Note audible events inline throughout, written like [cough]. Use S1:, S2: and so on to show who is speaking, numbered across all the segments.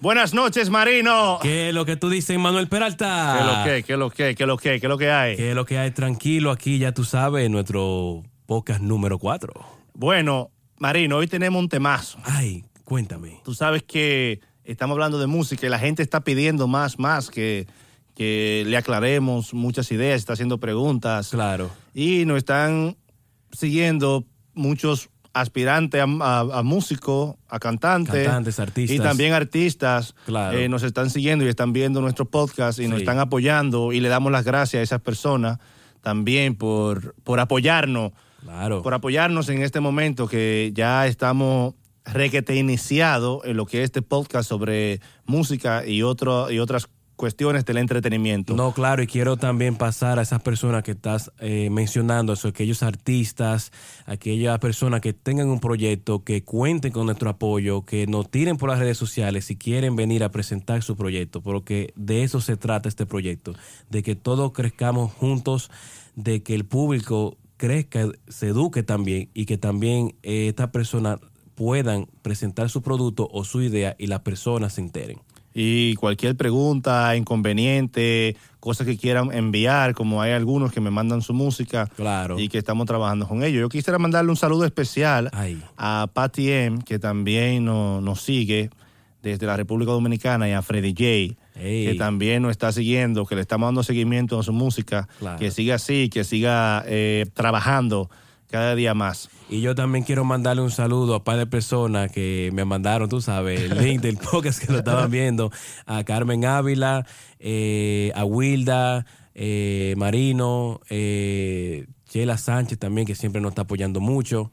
S1: Buenas noches, Marino.
S2: ¿Qué es lo que tú dices, Manuel Peralta?
S1: ¿Qué lo que, qué lo que, qué lo que, qué lo que hay?
S2: ¿Qué es lo que hay? Tranquilo, aquí ya tú sabes, nuestro podcast número 4.
S1: Bueno, Marino, hoy tenemos un temazo.
S2: Ay, cuéntame.
S1: Tú sabes que estamos hablando de música y la gente está pidiendo más, más que, que le aclaremos muchas ideas, está haciendo preguntas.
S2: Claro.
S1: Y nos están siguiendo muchos aspirantes a, a, a músico, a cantante.
S2: Cantantes, artistas.
S1: Y también artistas
S2: Claro.
S1: eh, nos están siguiendo y están viendo nuestro podcast y nos
S2: Sí.
S1: están apoyando y le damos las gracias a esas personas también por, por apoyarnos,
S2: Claro.
S1: por apoyarnos en este momento que ya estamos requete iniciado en lo que es este podcast sobre música y, otro, y otras cuestiones del entretenimiento.
S2: No, claro, y quiero también pasar a esas personas que estás eh, mencionando, esos, aquellos artistas, aquellas personas que tengan un proyecto, que cuenten con nuestro apoyo, que nos tiren por las redes sociales si quieren venir a presentar su proyecto, porque de eso se trata este proyecto, de que todos crezcamos juntos, de que el público crezca, se eduque también y que también eh, estas personas puedan presentar su producto o su idea y las personas se enteren.
S1: Y cualquier pregunta, inconveniente, cosas que quieran enviar, como hay algunos que me mandan su música
S2: Claro.
S1: y que estamos trabajando con ellos. Yo quisiera mandarle un saludo especial
S2: Ay.
S1: a Patty M, que también no- nos sigue desde la República Dominicana, y a Freddy J,
S2: Ey.
S1: que también nos está siguiendo, que le estamos dando seguimiento a su música,
S2: Claro.
S1: que siga así, que siga eh, trabajando cada día más.
S2: Y yo también quiero mandarle un saludo a un par de personas que me mandaron, tú sabes, el
S1: [laughs]
S2: link del podcast que lo estaban viendo. A Carmen Ávila, eh, a Wilda, eh, Marino, eh, Chela Sánchez también, que siempre nos está apoyando mucho.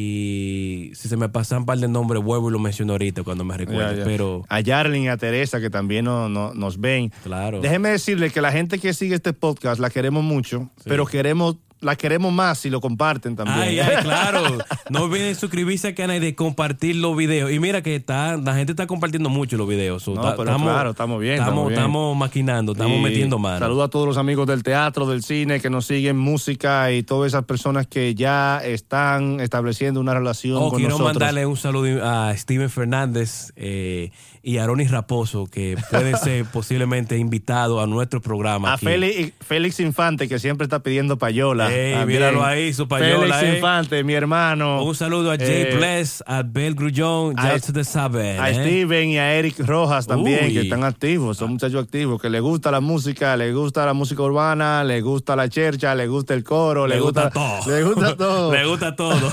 S2: Y si se me pasan un par de nombres, vuelvo y lo menciono ahorita cuando me recuerde.
S1: Ya, ya.
S2: Pero,
S1: A Yarlin y a Teresa, que también no- no- nos ven.
S2: claro.
S1: Déjeme decirle que la gente que sigue este podcast la queremos mucho, pero queremos la queremos más si lo comparten también.
S2: Ay, ay, claro. No olviden suscribirse al canal y de compartir los videos. Y mira que está, la gente está compartiendo mucho los videos. So,
S1: No,
S2: ta-
S1: pero claro, estamos bien, estamos
S2: Estamos,
S1: bien.
S2: estamos maquinando, estamos
S1: Y
S2: metiendo mano.
S1: Saludo a todos los amigos del teatro, del cine, que nos siguen, música y todas esas personas que ya están estableciendo una relación
S2: Oh,
S1: con
S2: quiero
S1: nosotros.
S2: mandarle un saludo a Steven Fernández eh, y a Aronis Raposo, que
S1: [laughs]
S2: puede ser posiblemente invitado a nuestro programa.
S1: A
S2: aquí.
S1: Félix, Félix Infante, que siempre está pidiendo payola.
S2: Ey,
S1: también.
S2: míralo ahí, su payola,
S1: Félix
S2: eh.
S1: Infante, mi hermano.
S2: Un saludo a Jay
S1: Eh,
S2: Bless, a Bel Grullón, ya
S1: a-
S2: ustedes saben.
S1: A
S2: ¿eh?
S1: Steven y a Eric Rojas también,
S2: Uy.
S1: que están activos, son muchachos activos, que les gusta la música, les gusta la música urbana, les gusta la chercha, les gusta el coro,
S2: Le
S1: les gusta,
S2: gusta todo.
S1: Les
S2: [laughs]
S1: gusta todo.
S2: Le gusta todo.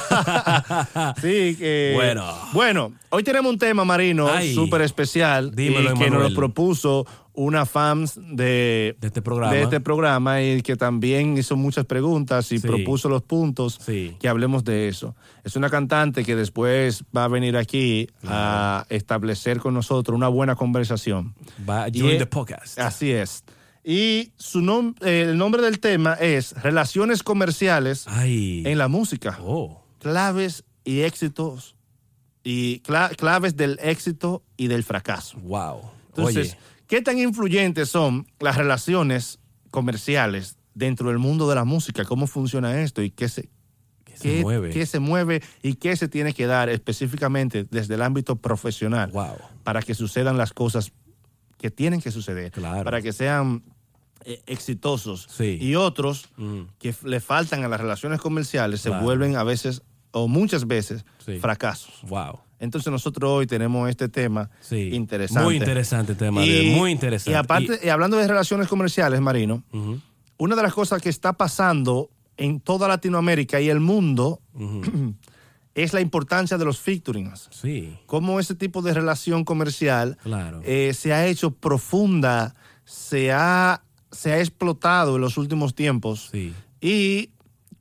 S1: [laughs] Sí, que-
S2: Bueno.
S1: Bueno, hoy tenemos un tema, Marino,
S2: Ay.
S1: súper especial,
S2: Dímelo,
S1: y que nos
S2: Emanuel.
S1: lo propuso una fans de,
S2: [laughs] De este programa.
S1: de este programa y que también hizo muchas preguntas y
S2: Sí.
S1: propuso los puntos
S2: Sí.
S1: que hablemos de eso. Es una cantante que después va a venir aquí a establecer con nosotros una buena conversación.
S2: Va,
S1: Y
S2: join
S1: es-
S2: the podcast.
S1: Así es. Y su nom- eh, el nombre del tema es Relaciones comerciales
S2: Ay.
S1: en la música
S2: Oh.
S1: claves y éxitos y cla- claves del éxito y del fracaso.
S2: Wow.
S1: Entonces,
S2: Oye,
S1: ¿qué tan influyentes son las relaciones comerciales dentro del mundo de la música? ¿Cómo funciona esto y qué se,
S2: que se
S1: qué-
S2: mueve.
S1: qué se mueve y qué se tiene que dar específicamente desde el ámbito profesional
S2: wow.
S1: para que sucedan las cosas que tienen que suceder,
S2: Claro.
S1: para que sean eh, exitosos
S2: Sí.
S1: y otros
S2: Mm.
S1: que f- le faltan a las relaciones comerciales se
S2: Claro.
S1: vuelven a veces o muchas veces
S2: Sí.
S1: fracasos.
S2: Wow.
S1: Entonces nosotros hoy tenemos este tema
S2: Sí.
S1: interesante.
S2: Muy interesante el tema, de- muy interesante.
S1: Y aparte, y hablando de relaciones comerciales, Marino,
S2: Ujú.
S1: una de las cosas que está pasando en toda Latinoamérica y el mundo [clears throat] es la importancia de los featurings.
S2: Sí.
S1: Cómo ese tipo de relación comercial
S2: Claro.
S1: eh, se ha hecho profunda, se ha, se ha explotado en los últimos tiempos
S2: Sí.
S1: y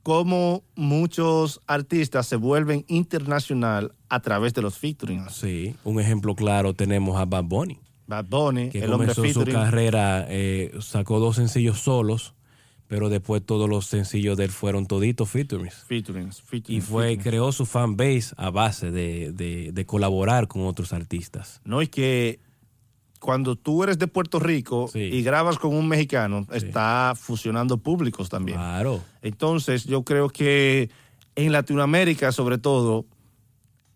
S1: cómo muchos artistas se vuelven internacional a través de los featurings.
S2: Sí, un ejemplo claro tenemos a Bad Bunny,
S1: Bad Bunny,
S2: que
S1: el hombre
S2: comenzó su
S1: featuring.
S2: carrera, eh, sacó dos sencillos solos, pero después todos los sencillos de él fueron toditos featurings.
S1: Featurings,
S2: Y
S1: featurings,
S2: fue,
S1: featurings.
S2: creó su fan base a base de, de- de colaborar con otros artistas.
S1: No, y que cuando tú eres de Puerto Rico
S2: Sí.
S1: y grabas con un mexicano, está fusionando públicos también.
S2: Claro.
S1: Entonces, yo creo que en Latinoamérica, sobre todo,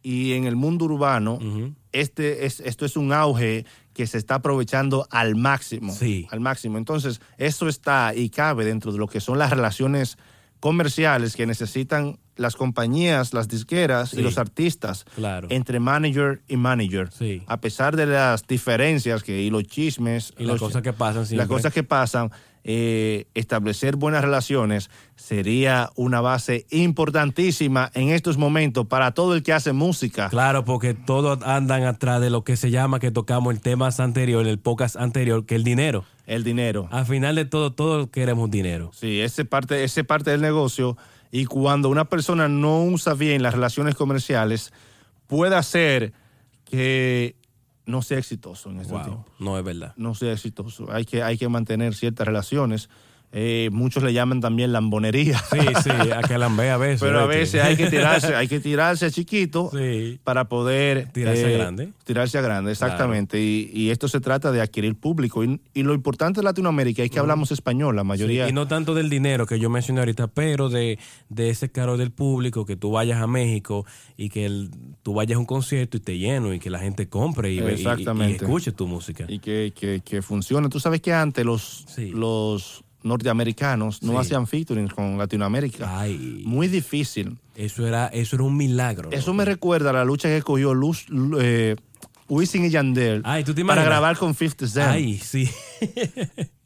S1: y en el mundo urbano,
S2: Ujú.
S1: este es, esto es un auge que se está aprovechando al máximo.
S2: Sí.
S1: Al máximo. Entonces, eso está y cabe dentro de lo que son las relaciones comerciales que necesitan las compañías, las disqueras
S2: Sí.
S1: y los artistas
S2: Claro.
S1: entre manager y manager.
S2: Sí.
S1: A pesar de las diferencias que, y los chismes,
S2: Y las
S1: los-
S2: cosas que pasan siempre.
S1: las cosas que pasan, eh, establecer buenas relaciones sería una base importantísima en estos momentos para todo el que hace música.
S2: Claro, porque todos andan atrás de lo que se llama que tocamos el tema anterior, el podcast anterior, que el dinero.
S1: El dinero.
S2: Al final de todo, todos queremos dinero.
S1: Sí, ese parte, ese parte del negocio. Y cuando una persona no usa bien las relaciones comerciales, puede hacer que no sea exitoso en este
S2: Wow,
S1: tiempo.
S2: no es verdad.
S1: No sea exitoso. Hay que, hay que mantener ciertas relaciones. Eh, muchos le llaman también lambonería.
S2: [laughs] Sí, sí, a que lambea a veces.
S1: Pero a
S2: ¿oíste?
S1: veces hay que tirarse, hay
S2: [laughs]
S1: que tirarse chiquito
S2: Sí.
S1: para poder eh,
S2: Tirarse a grande.
S1: Tirarse a grande, exactamente. Y, y esto se trata de adquirir público. Y, y lo importante de Latinoamérica es que hablamos español, la
S2: Sí,
S1: mayoría.
S2: y no tanto del dinero que yo mencioné ahorita, pero de, de ese caro del público, que tú vayas a México y que el- tú vayas a un concierto y te lleno y que la gente compre y, ve- y- y- y
S1: Exactamente.
S2: escuche tu música.
S1: y que, que, que funcione. Tú sabes que antes los,
S2: Sí.
S1: los norteamericanos no
S2: Sí.
S1: hacían featuring con Latinoamérica.
S2: Ay,
S1: Muy difícil.
S2: eso era, eso era un milagro.
S1: Eso
S2: loco.
S1: me recuerda a la lucha que cogió Luz, eh, Wisin y Yandel
S2: Ay, ¿tú te
S1: para
S2: imaginas?
S1: grabar con 50 Cent.
S2: Ay, sí.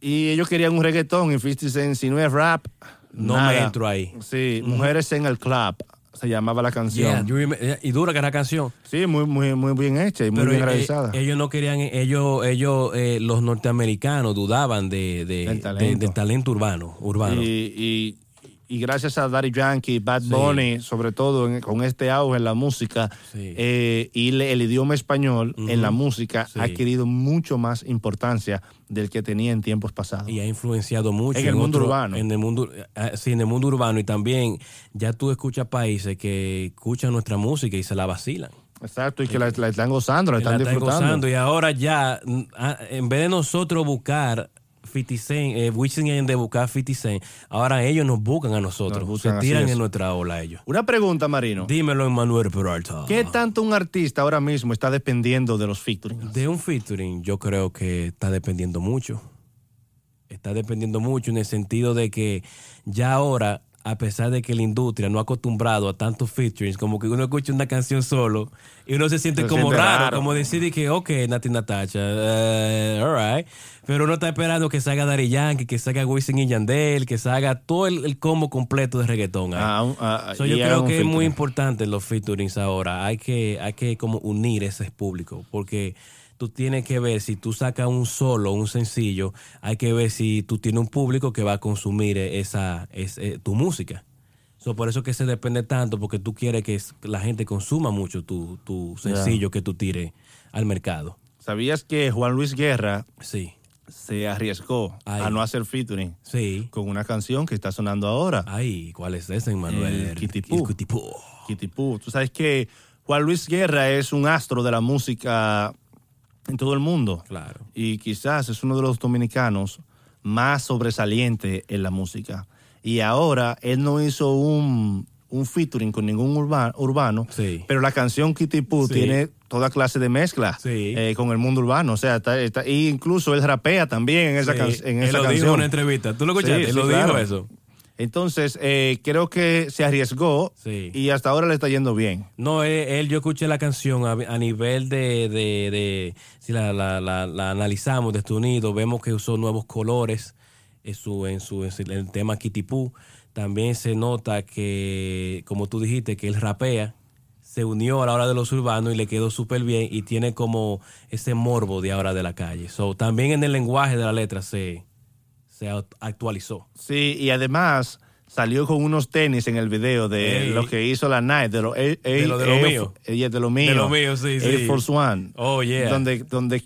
S1: Y ellos querían un reggaetón y 50 Cent, si no es rap,
S2: No
S1: nada.
S2: me entro ahí. Mm.
S1: Sí, Mujeres en el Club se llamaba la
S2: Yeah,
S1: canción.
S2: yo me- eh, y dura que era la canción.
S1: Sí, muy, muy, muy bien hecha y muy
S2: Pero
S1: bien
S2: eh,
S1: realizada.
S2: ellos no querían, ellos, ellos eh, los norteamericanos dudaban de, de-
S1: Del
S2: de-
S1: talento.
S2: del talento urbano. urbano.
S1: y, y- y gracias a Daddy Yankee, Bad Bunny, sobre todo en- con este auge en la música
S2: Sí.
S1: eh, y le- el idioma español en la música
S2: Sí.
S1: ha adquirido mucho más importancia del que tenía en tiempos pasados.
S2: y ha influenciado mucho
S1: En el mundo urbano.
S2: en el mundo eh, sí en el mundo urbano y también ya tú escuchas países que escuchan nuestra música y se la vacilan
S1: Exacto, y que la, la están gozando, la
S2: Que la
S1: están disfrutando.
S2: gozando y ahora ya mm, ah, en vez de nosotros buscar 50 Cent, eh, Wisin y de buscar 50 Cent, ahora ellos nos buscan a nosotros
S1: Nos buscan,
S2: se
S1: así
S2: tiran
S1: es.
S2: en nuestra ola ellos
S1: Una pregunta, Marino.
S2: dímelo Emmanuel Peralta
S1: ¿Qué tanto un artista ahora mismo está dependiendo de los featuring?
S2: De un featuring, yo creo que está dependiendo mucho. Está dependiendo mucho en el sentido de que ya ahora, a pesar de que la industria no ha acostumbrado a tantos featurings, como que uno escucha una canción solo y uno se siente
S1: Se
S2: como
S1: siente
S2: raro,
S1: raro.
S2: como decir de que, ok, Nati Natacha, eh, all right. Pero uno está esperando que salga Dari Yankee, que salga Wisin y Yandel, que salga todo el, el combo completo de reggaetón. ahí.
S1: Ah, un- ah,
S2: So,
S1: y
S2: yo
S1: hagan
S2: creo
S1: un
S2: que es muy
S1: featuring.
S2: importante los featurings ahora. Hay que, hay que como unir ese público porque tú tienes que ver si tú sacas un solo, un sencillo, hay que ver si tú tienes un público que va a consumir esa, es- eh, tu música. So, por eso que se depende tanto porque tú quieres que es- la gente consuma mucho tu, tu sencillo que tú tires al mercado.
S1: ¿Sabías que Juan Luis Guerra
S2: Sí,
S1: se arriesgó
S2: Ay.
S1: a no hacer featuring
S2: sí.
S1: con una canción que está sonando ahora?
S2: Ay, ¿cuál es ese, Manuel?
S1: El Kitipú.
S2: Kitipú.
S1: Kitty Poo. Tú sabes que Juan Luis Guerra es un astro de la música en todo el mundo.
S2: Claro.
S1: Y quizás es uno de los dominicanos más sobresaliente en la música. Y ahora él no hizo un, un featuring con ningún urba- urbano,
S2: Sí.
S1: pero la canción Kitty Poo
S2: Sí.
S1: tiene toda clase de mezcla
S2: Sí.
S1: eh, con el mundo urbano. O sea, está, está- e incluso él rapea también en esa,
S2: Sí,
S1: can- en
S2: él
S1: esa
S2: lo
S1: canción.
S2: dijo en una entrevista. ¿Tú lo escuchaste?
S1: Sí,
S2: Él
S1: sí,
S2: lo
S1: claro.
S2: dijo eso.
S1: Entonces, eh, creo que se arriesgó
S2: Sí.
S1: y hasta ahora le está yendo bien.
S2: No, él, él- yo escuché la canción a, a nivel de, de- de- si la, la- la- la analizamos de Estados Unidos, vemos que usó nuevos colores en su, en su, en su- en el tema Kitipú. También se nota que, como tú dijiste, que él rapea, se unió a la hora de los urbanos y le quedó súper bien y tiene como ese morbo de ahora de la calle. So, también en el lenguaje de la letra se, se aut- actualizó.
S1: Sí, y además salió con unos tenis en el video de
S2: Ey.
S1: lo que hizo la Nike, de lo, eh, eh,
S2: De lo- de lo
S1: Air-
S2: mío.
S1: eh, de lo mío.
S2: De lo mío, sí,
S1: Air
S2: sí.
S1: Force One.
S2: Oh, yeah.
S1: Donde, donde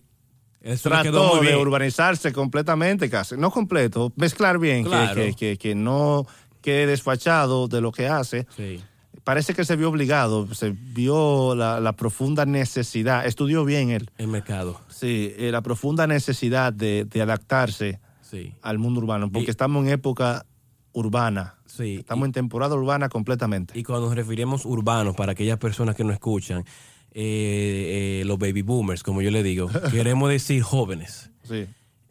S2: Eso le quedó
S1: trató
S2: muy
S1: de
S2: bien.
S1: urbanizarse completamente casi. No completo, mezclar bien, que-
S2: Claro.
S1: que, que- que no quede desfachado de lo que hace.
S2: Sí.
S1: Parece que se vio obligado, se vio la, la profunda necesidad, estudió bien él,
S2: El mercado,
S1: sí, eh, la profunda necesidad de, de adaptarse
S2: sí.
S1: al mundo urbano, porque
S2: Y-
S1: estamos en época urbana.
S2: Sí,
S1: Estamos en temporada urbana completamente.
S2: Y cuando nos referimos urbanos, para aquellas personas que no escuchan, eh, eh, los baby boomers, como yo le digo. Queremos decir jóvenes.
S1: Sí.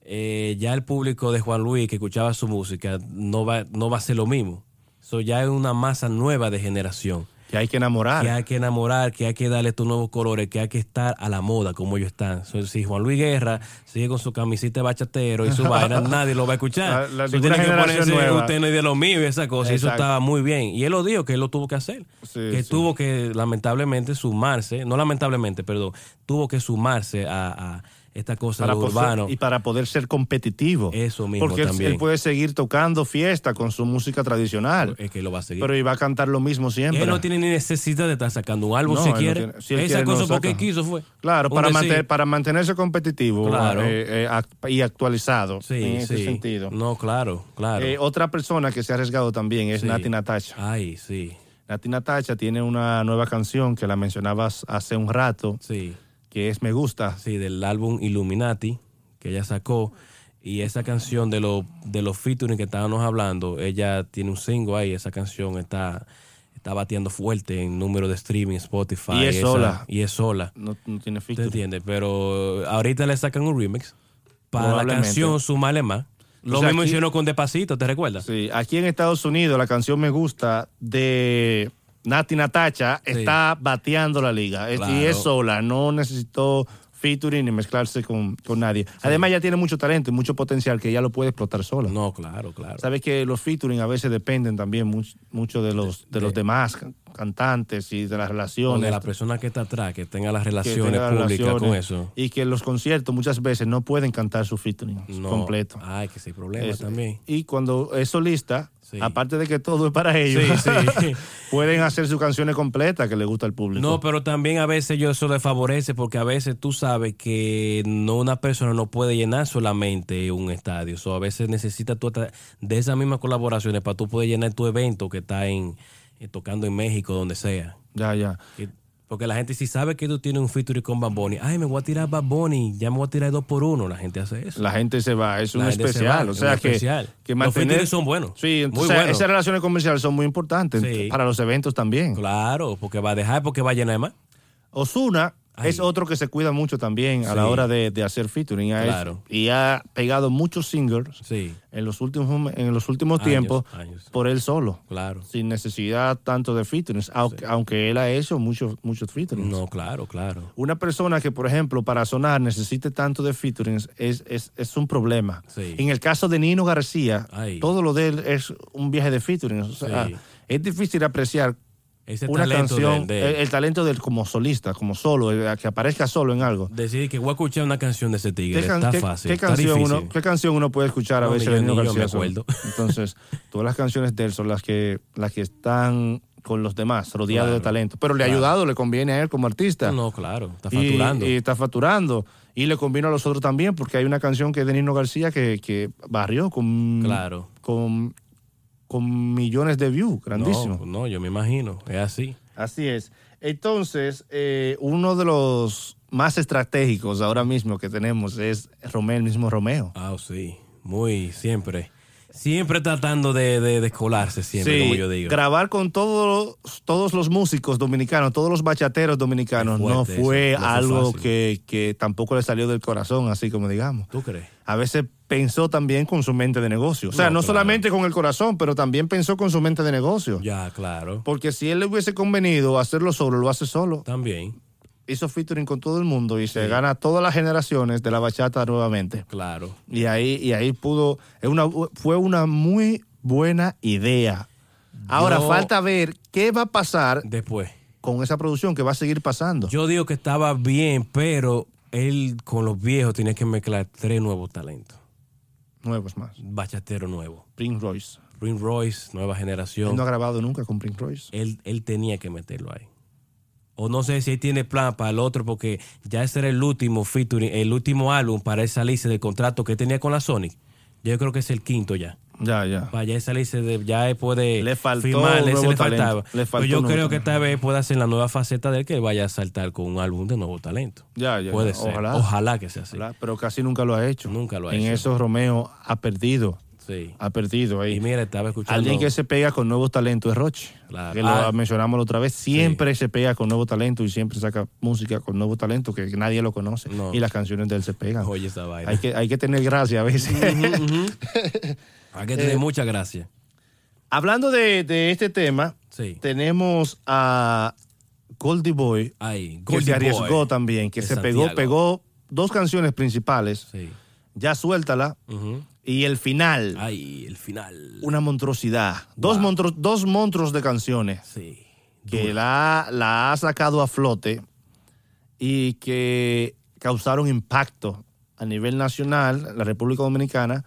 S2: Eh, ya el público de Juan Luis que escuchaba su música no va, no va a ser lo mismo. So, ya es una masa nueva de generación.
S1: Que hay que enamorar.
S2: Que hay que enamorar, que hay que darle estos nuevos colores, que hay que estar a la moda como ellos están. So, si Juan Luis Guerra sigue con su camisita de bachatero
S1: [laughs]
S2: y su vaina, nadie lo va a escuchar.
S1: La- la-
S2: So,
S1: ninguna
S2: tiene que
S1: generación
S2: ponerse,
S1: nueva.
S2: usted no es de lo mío y esa cosa. Y eso
S1: Exacto.
S2: estaba muy bien. Y él lo dijo que él lo tuvo que hacer.
S1: Sí,
S2: que
S1: sí.
S2: tuvo que lamentablemente sumarse, no lamentablemente, perdón, tuvo que sumarse a, a esta cosa de
S1: para
S2: lo
S1: poder-
S2: urbano.
S1: y para poder ser competitivo.
S2: Eso mismo
S1: Porque él-
S2: también.
S1: él puede seguir tocando fiesta con su música tradicional.
S2: es que lo va a seguir.
S1: Pero iba a cantar lo mismo siempre.
S2: Él no tiene ni necesidad de estar sacando un álbum
S1: No,
S2: si
S1: él no
S2: quiere.
S1: tiene- si él
S2: Él
S1: quiere,
S2: sacó
S1: no
S2: eso
S1: saca.
S2: porque quiso fue.
S1: Claro,
S2: Un
S1: para,
S2: decir.
S1: mantener- para mantenerse competitivo
S2: Claro.
S1: eh, eh, act- y actualizado
S2: Sí,
S1: en ese
S2: sí.
S1: sentido.
S2: No, claro, claro.
S1: Eh, otra persona que se ha arriesgado también es
S2: Sí.
S1: Nati Natacha.
S2: Ay, sí,
S1: Nati Natacha tiene una nueva canción que la mencionabas hace un rato,
S2: sí,
S1: que es Me Gusta.
S2: sí, del álbum Illuminati que ella sacó. Y esa canción de, lo, de los featuring que estábamos hablando, ella tiene un single ahí, esa canción está, está batiendo fuerte en número de streaming, Spotify.
S1: Y es
S2: esa-
S1: sola.
S2: Y es sola.
S1: No, no tiene
S2: ¿Te
S1: feature.
S2: entiendes? Pero ahorita le sacan un remix para la
S1: Probablemente.
S2: canción Sumale Más. Lo
S1: O sea,
S2: mismo
S1: aquí-
S2: hicieron con Despacito, ¿te recuerdas?
S1: Sí, aquí en Estados Unidos la canción Me Gusta de Nati Natacha está bateando la liga. Es- Y
S2: Claro.
S1: es sola, no necesitó featuring ni mezclarse con, con nadie. Además ya tiene mucho talento y mucho potencial que ya lo puede explotar sola.
S2: No, claro, claro.
S1: Sabes que los featuring a veces dependen también much- mucho de los, de los demás can- cantantes y de las
S2: O
S1: relaciones.
S2: de la persona que está atrás, que tenga las
S1: que
S2: relaciones
S1: tengan las
S2: públicas con
S1: relaciones.
S2: eso.
S1: Y que en los conciertos muchas veces no pueden cantar su featuring
S2: No.
S1: completo.
S2: Ay, que sí, hay problemas
S1: Es-
S2: también.
S1: Y cuando es solista,
S2: Sí.
S1: aparte de que todo es para ellos,
S2: Sí, sí.
S1: [laughs] pueden hacer sus canciones completas que le gusta al público.
S2: No, pero también a veces yo eso le favorece porque a veces tú sabes que no una persona no puede llenar solamente un estadio. O a veces necesitas tú hasta de esas mismas colaboraciones para tú poder llenar tu evento que está en, eh, tocando en México, donde sea.
S1: Ya, ya.
S2: Que- Porque la gente si sabe que tú tienes un featuring con Bad Bunny, ay, me voy a tirar Bad Bunny, ya me voy a tirar dos por uno, la gente hace eso.
S1: La gente se va, es un
S2: La gente se
S1: especial.
S2: va,
S1: o
S2: es
S1: sea
S2: un
S1: que,
S2: especial.
S1: que
S2: Los
S1: mantener.
S2: featuring son buenos,
S1: Sí,
S2: muy
S1: entonces
S2: buenos.
S1: esas relaciones comerciales son muy importantes
S2: Sí.
S1: para los eventos también.
S2: Claro, porque va a dejar, porque va a llenar más.
S1: Osuna
S2: Ay.
S1: es otro que se cuida mucho también a
S2: Sí.
S1: la hora de, de hacer featuring. Ha hecho-
S2: Claro.
S1: y ha pegado muchos singles
S2: Sí,
S1: en los últimos, en los últimos
S2: Años,
S1: tiempos
S2: años.
S1: por él solo.
S2: claro.
S1: Sin necesidad tanto de featuring, aunque, aunque él ha hecho muchos muchos featuring.
S2: No, claro, claro.
S1: Una persona que, por ejemplo, para sonar necesite tanto de featuring es, es, es un problema.
S2: Sí.
S1: En el caso de Nino García,
S2: Ay.
S1: todo lo de él es un viaje de featuring. O sea,
S2: Sí.
S1: Es difícil apreciar
S2: Ese
S1: una
S2: talento
S1: canción, eh,
S2: de, de-
S1: el, el talento del como solista, como solo, el- que aparezca solo en algo.
S2: decir que voy a escuchar una canción de ese tigre,
S1: can-
S2: está fácil,
S1: qué
S2: está
S1: canción
S2: difícil.
S1: uno, ¿Qué canción uno puede escuchar a
S2: No,
S1: veces
S2: ni
S1: de
S2: yo-
S1: Nino
S2: ni yo me
S1: García? solo?
S2: acuerdo.
S1: [laughs] Entonces, todas las canciones de él son las que, las que están con los demás, rodeados de
S2: Claro,
S1: talento. Pero le ha ayudado, le conviene a él como artista.
S2: No, claro, está
S1: Y-
S2: facturando.
S1: Y, está facturando. Y le convino a los otros también, porque hay una canción que es de Nino García que, que barrió con,
S2: Claro.
S1: con, con millones de views, grandísimo.
S2: no, pues. no, yo me imagino, es así.
S1: Así es. Entonces, eh, uno de los más estratégicos ahora mismo que tenemos es Romeo, el mismo Romeo.
S2: Ah, sí, muy, siempre. Siempre tratando de, de, de colarse, siempre,
S1: Sí,
S2: como yo digo.
S1: grabar con todos, todos los músicos dominicanos, todos los bachateros dominicanos,
S2: Qué
S1: no
S2: fuerte
S1: fue
S2: eso, no fue
S1: algo
S2: fácil.
S1: que, que tampoco le salió del corazón, así como digamos.
S2: ¿Tú crees?
S1: a veces pensó también con su mente de negocio. O sea, no,
S2: No, claro.
S1: solamente con el corazón, pero también pensó con su mente de negocio.
S2: Ya, claro.
S1: Porque si él le hubiese convenido hacerlo solo, lo hace solo.
S2: También,
S1: Hizo featuring con todo el mundo y se gana todas las generaciones de la bachata nuevamente.
S2: claro.
S1: Y ahí, y ahí pudo, es una, fue una muy buena idea. Ahora
S2: Yo-
S1: falta ver qué va a pasar
S2: Después.
S1: con esa producción que va a seguir pasando.
S2: Yo digo que estaba bien, pero él con los viejos tenía que mezclar tres nuevos talentos.
S1: Nuevos más.
S2: Bachatero nuevo.
S1: Prince Royce.
S2: Prince Royce, nueva
S1: Él
S2: generación.
S1: no ha grabado nunca con Prince Royce.
S2: él, él tenía que meterlo ahí. O no sé si él tiene plan para el otro, porque ya ese era el último featuring, el último álbum para él salirse del contrato que tenía con la Sonic. Yo creo que es el quinto ya.
S1: Ya, ya.
S2: Para ya salirse de, ya él puede
S1: Le faltó
S2: firmar,
S1: un
S2: ese
S1: nuevo
S2: le
S1: talento.
S2: faltaba.
S1: Le faltó
S2: Pero yo
S1: un nuevo
S2: creo que
S1: talento.
S2: esta vez puede hacer la nueva faceta de él que él vaya a saltar con un álbum de nuevo talento.
S1: Ya, ya,
S2: Puede
S1: ya.
S2: ser.
S1: Ojalá.
S2: Ojalá que sea así.
S1: ¿verdad? Pero casi nunca lo ha hecho.
S2: Nunca lo ha
S1: en
S2: hecho.
S1: eso Romeo ha perdido.
S2: Sí.
S1: ha perdido ahí.
S2: Y mira, estaba escuchando.
S1: Alguien que se pega con nuevos talentos es Roche,
S2: Claro.
S1: que lo
S2: Ah.
S1: mencionamos la otra vez. Siempre se pega con nuevos talentos y siempre saca música con nuevos talentos que nadie lo conoce.
S2: No.
S1: Y las canciones de él se pegan.
S2: [laughs] Oye, esa vaina.
S1: Hay que, hay que tener gracia a veces.
S2: Hay Ah, que tener
S1: Eh.
S2: mucha gracia.
S1: [laughs] Hablando de, de este tema,
S2: Sí.
S1: tenemos a Goldie Boy,
S2: Ay,
S1: que
S2: Goldie
S1: se
S2: Boy.
S1: arriesgó también, que
S2: de
S1: se pegó,
S2: Santiago.
S1: pegó dos canciones principales,
S2: Sí.
S1: ya suéltala,
S2: Ujú.
S1: y el final,
S2: Ay, el final.
S1: una monstruosidad. Dos, monstruos, dos monstruos de canciones.
S2: Sí.
S1: que la, la ha sacado a flote y que causaron impacto a nivel nacional, la República Dominicana,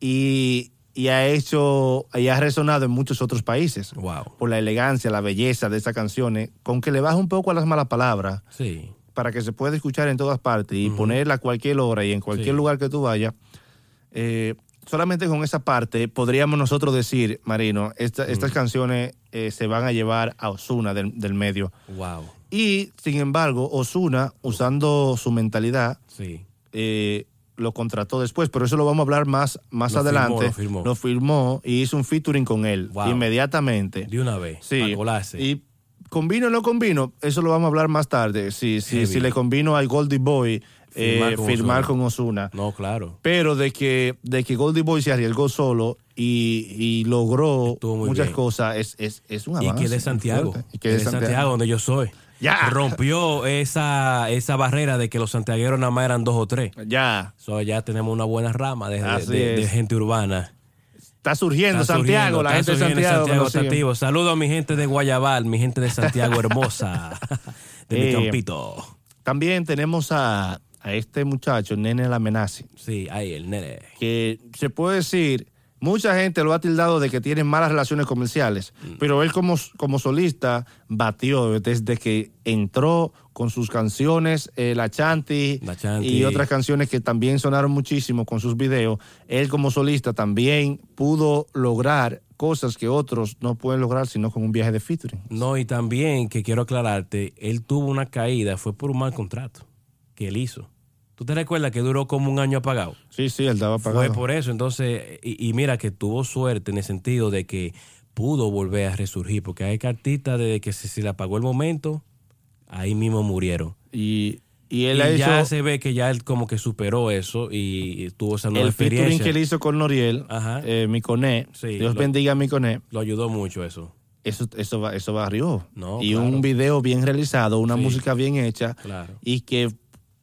S1: y, y ha hecho, y ha resonado en muchos otros países
S2: Wow.
S1: por la elegancia, la belleza de esas canciones, con que le baja un poco a las malas palabras
S2: Sí.
S1: para que se pueda escuchar en todas partes y ponerla a cualquier hora y en cualquier
S2: Sí.
S1: lugar que tú vayas. eh, solamente con esa parte podríamos nosotros decir, Marino, esta- estas canciones eh, se van a llevar a Osuna del, del medio.
S2: Wow.
S1: Y, sin embargo, Osuna, usando su mentalidad,
S2: Sí.
S1: eh, lo contrató después, pero eso lo vamos a hablar más, más
S2: Lo firmó,
S1: adelante.
S2: lo firmó.
S1: firmó y hizo un featuring con él
S2: Wow.
S1: inmediatamente.
S2: De una vez.
S1: Sí.
S2: Para colarse.
S1: Y combino o no combino, eso lo vamos a hablar más tarde. Si, si,
S2: Heavy.
S1: si le combino al Goldie Boy,
S2: Firmar
S1: eh,
S2: con
S1: firmar
S2: Ozuna.
S1: con Osuna.
S2: No, claro.
S1: Pero de que, de que Goldie Boy se arriesgó solo y, y logró
S2: Estuvo muy
S1: muchas
S2: bien.
S1: cosas, es, es, es un
S2: Y
S1: avance.
S2: que de
S1: muy
S2: Santiago.
S1: fuerte. Y
S2: que de Santiago. donde yo soy.
S1: Ya.
S2: Rompió esa, esa barrera de que los santiagueros nada más eran dos o tres.
S1: Ya,
S2: So, ya tenemos una buena rama de, de-
S1: Así
S2: de- de
S1: es.
S2: gente urbana.
S1: está surgiendo
S2: Está
S1: Santiago,
S2: surgiendo,
S1: la gente
S2: está
S1: de
S2: surgiendo
S1: Santiago. que nos
S2: está
S1: sigue.
S2: activo. Saludos a mi gente de Guayabal, mi gente de
S1: [laughs]
S2: Santiago hermosa, de mi
S1: Eh.
S2: campito.
S1: También tenemos a, a este muchacho, Nene Lamenazi,
S2: Sí, ahí el nene.
S1: que se puede decir, mucha gente lo ha tildado de que tiene malas relaciones comerciales,
S2: Mm.
S1: pero él como, como solista batió desde que entró con sus canciones, eh, La Chanti
S2: La Chanti.
S1: y otras canciones que también sonaron muchísimo con sus videos. Él como solista también pudo lograr cosas que otros no pueden lograr sino con un viaje de featuring.
S2: No, y también que quiero aclararte, él tuvo una caída, fue por un mal contrato que él hizo. ¿Tú te recuerdas que duró como un año apagado?
S1: Sí, sí, él estaba
S2: Fue
S1: pagado.
S2: por eso, entonces, y, y mira que tuvo suerte en el sentido de que pudo volver a resurgir, porque hay cartistas de que si se le apagó el momento, ahí mismo murieron.
S1: Y, y él
S2: y
S1: ha
S2: ya
S1: hecho
S2: se ve que ya él como que superó eso y, y tuvo esa nueva
S1: el featuring
S2: experiencia.
S1: que él hizo con Noriel,
S2: Ajá.
S1: eh, Miconé,
S2: Sí,
S1: Dios
S2: lo-
S1: bendiga a Miconé.
S2: Lo ayudó mucho eso.
S1: eso, eso, va- eso barrió.
S2: No,
S1: y
S2: claro.
S1: un video bien realizado, una
S2: Sí.
S1: música bien hecha
S2: Claro.
S1: y que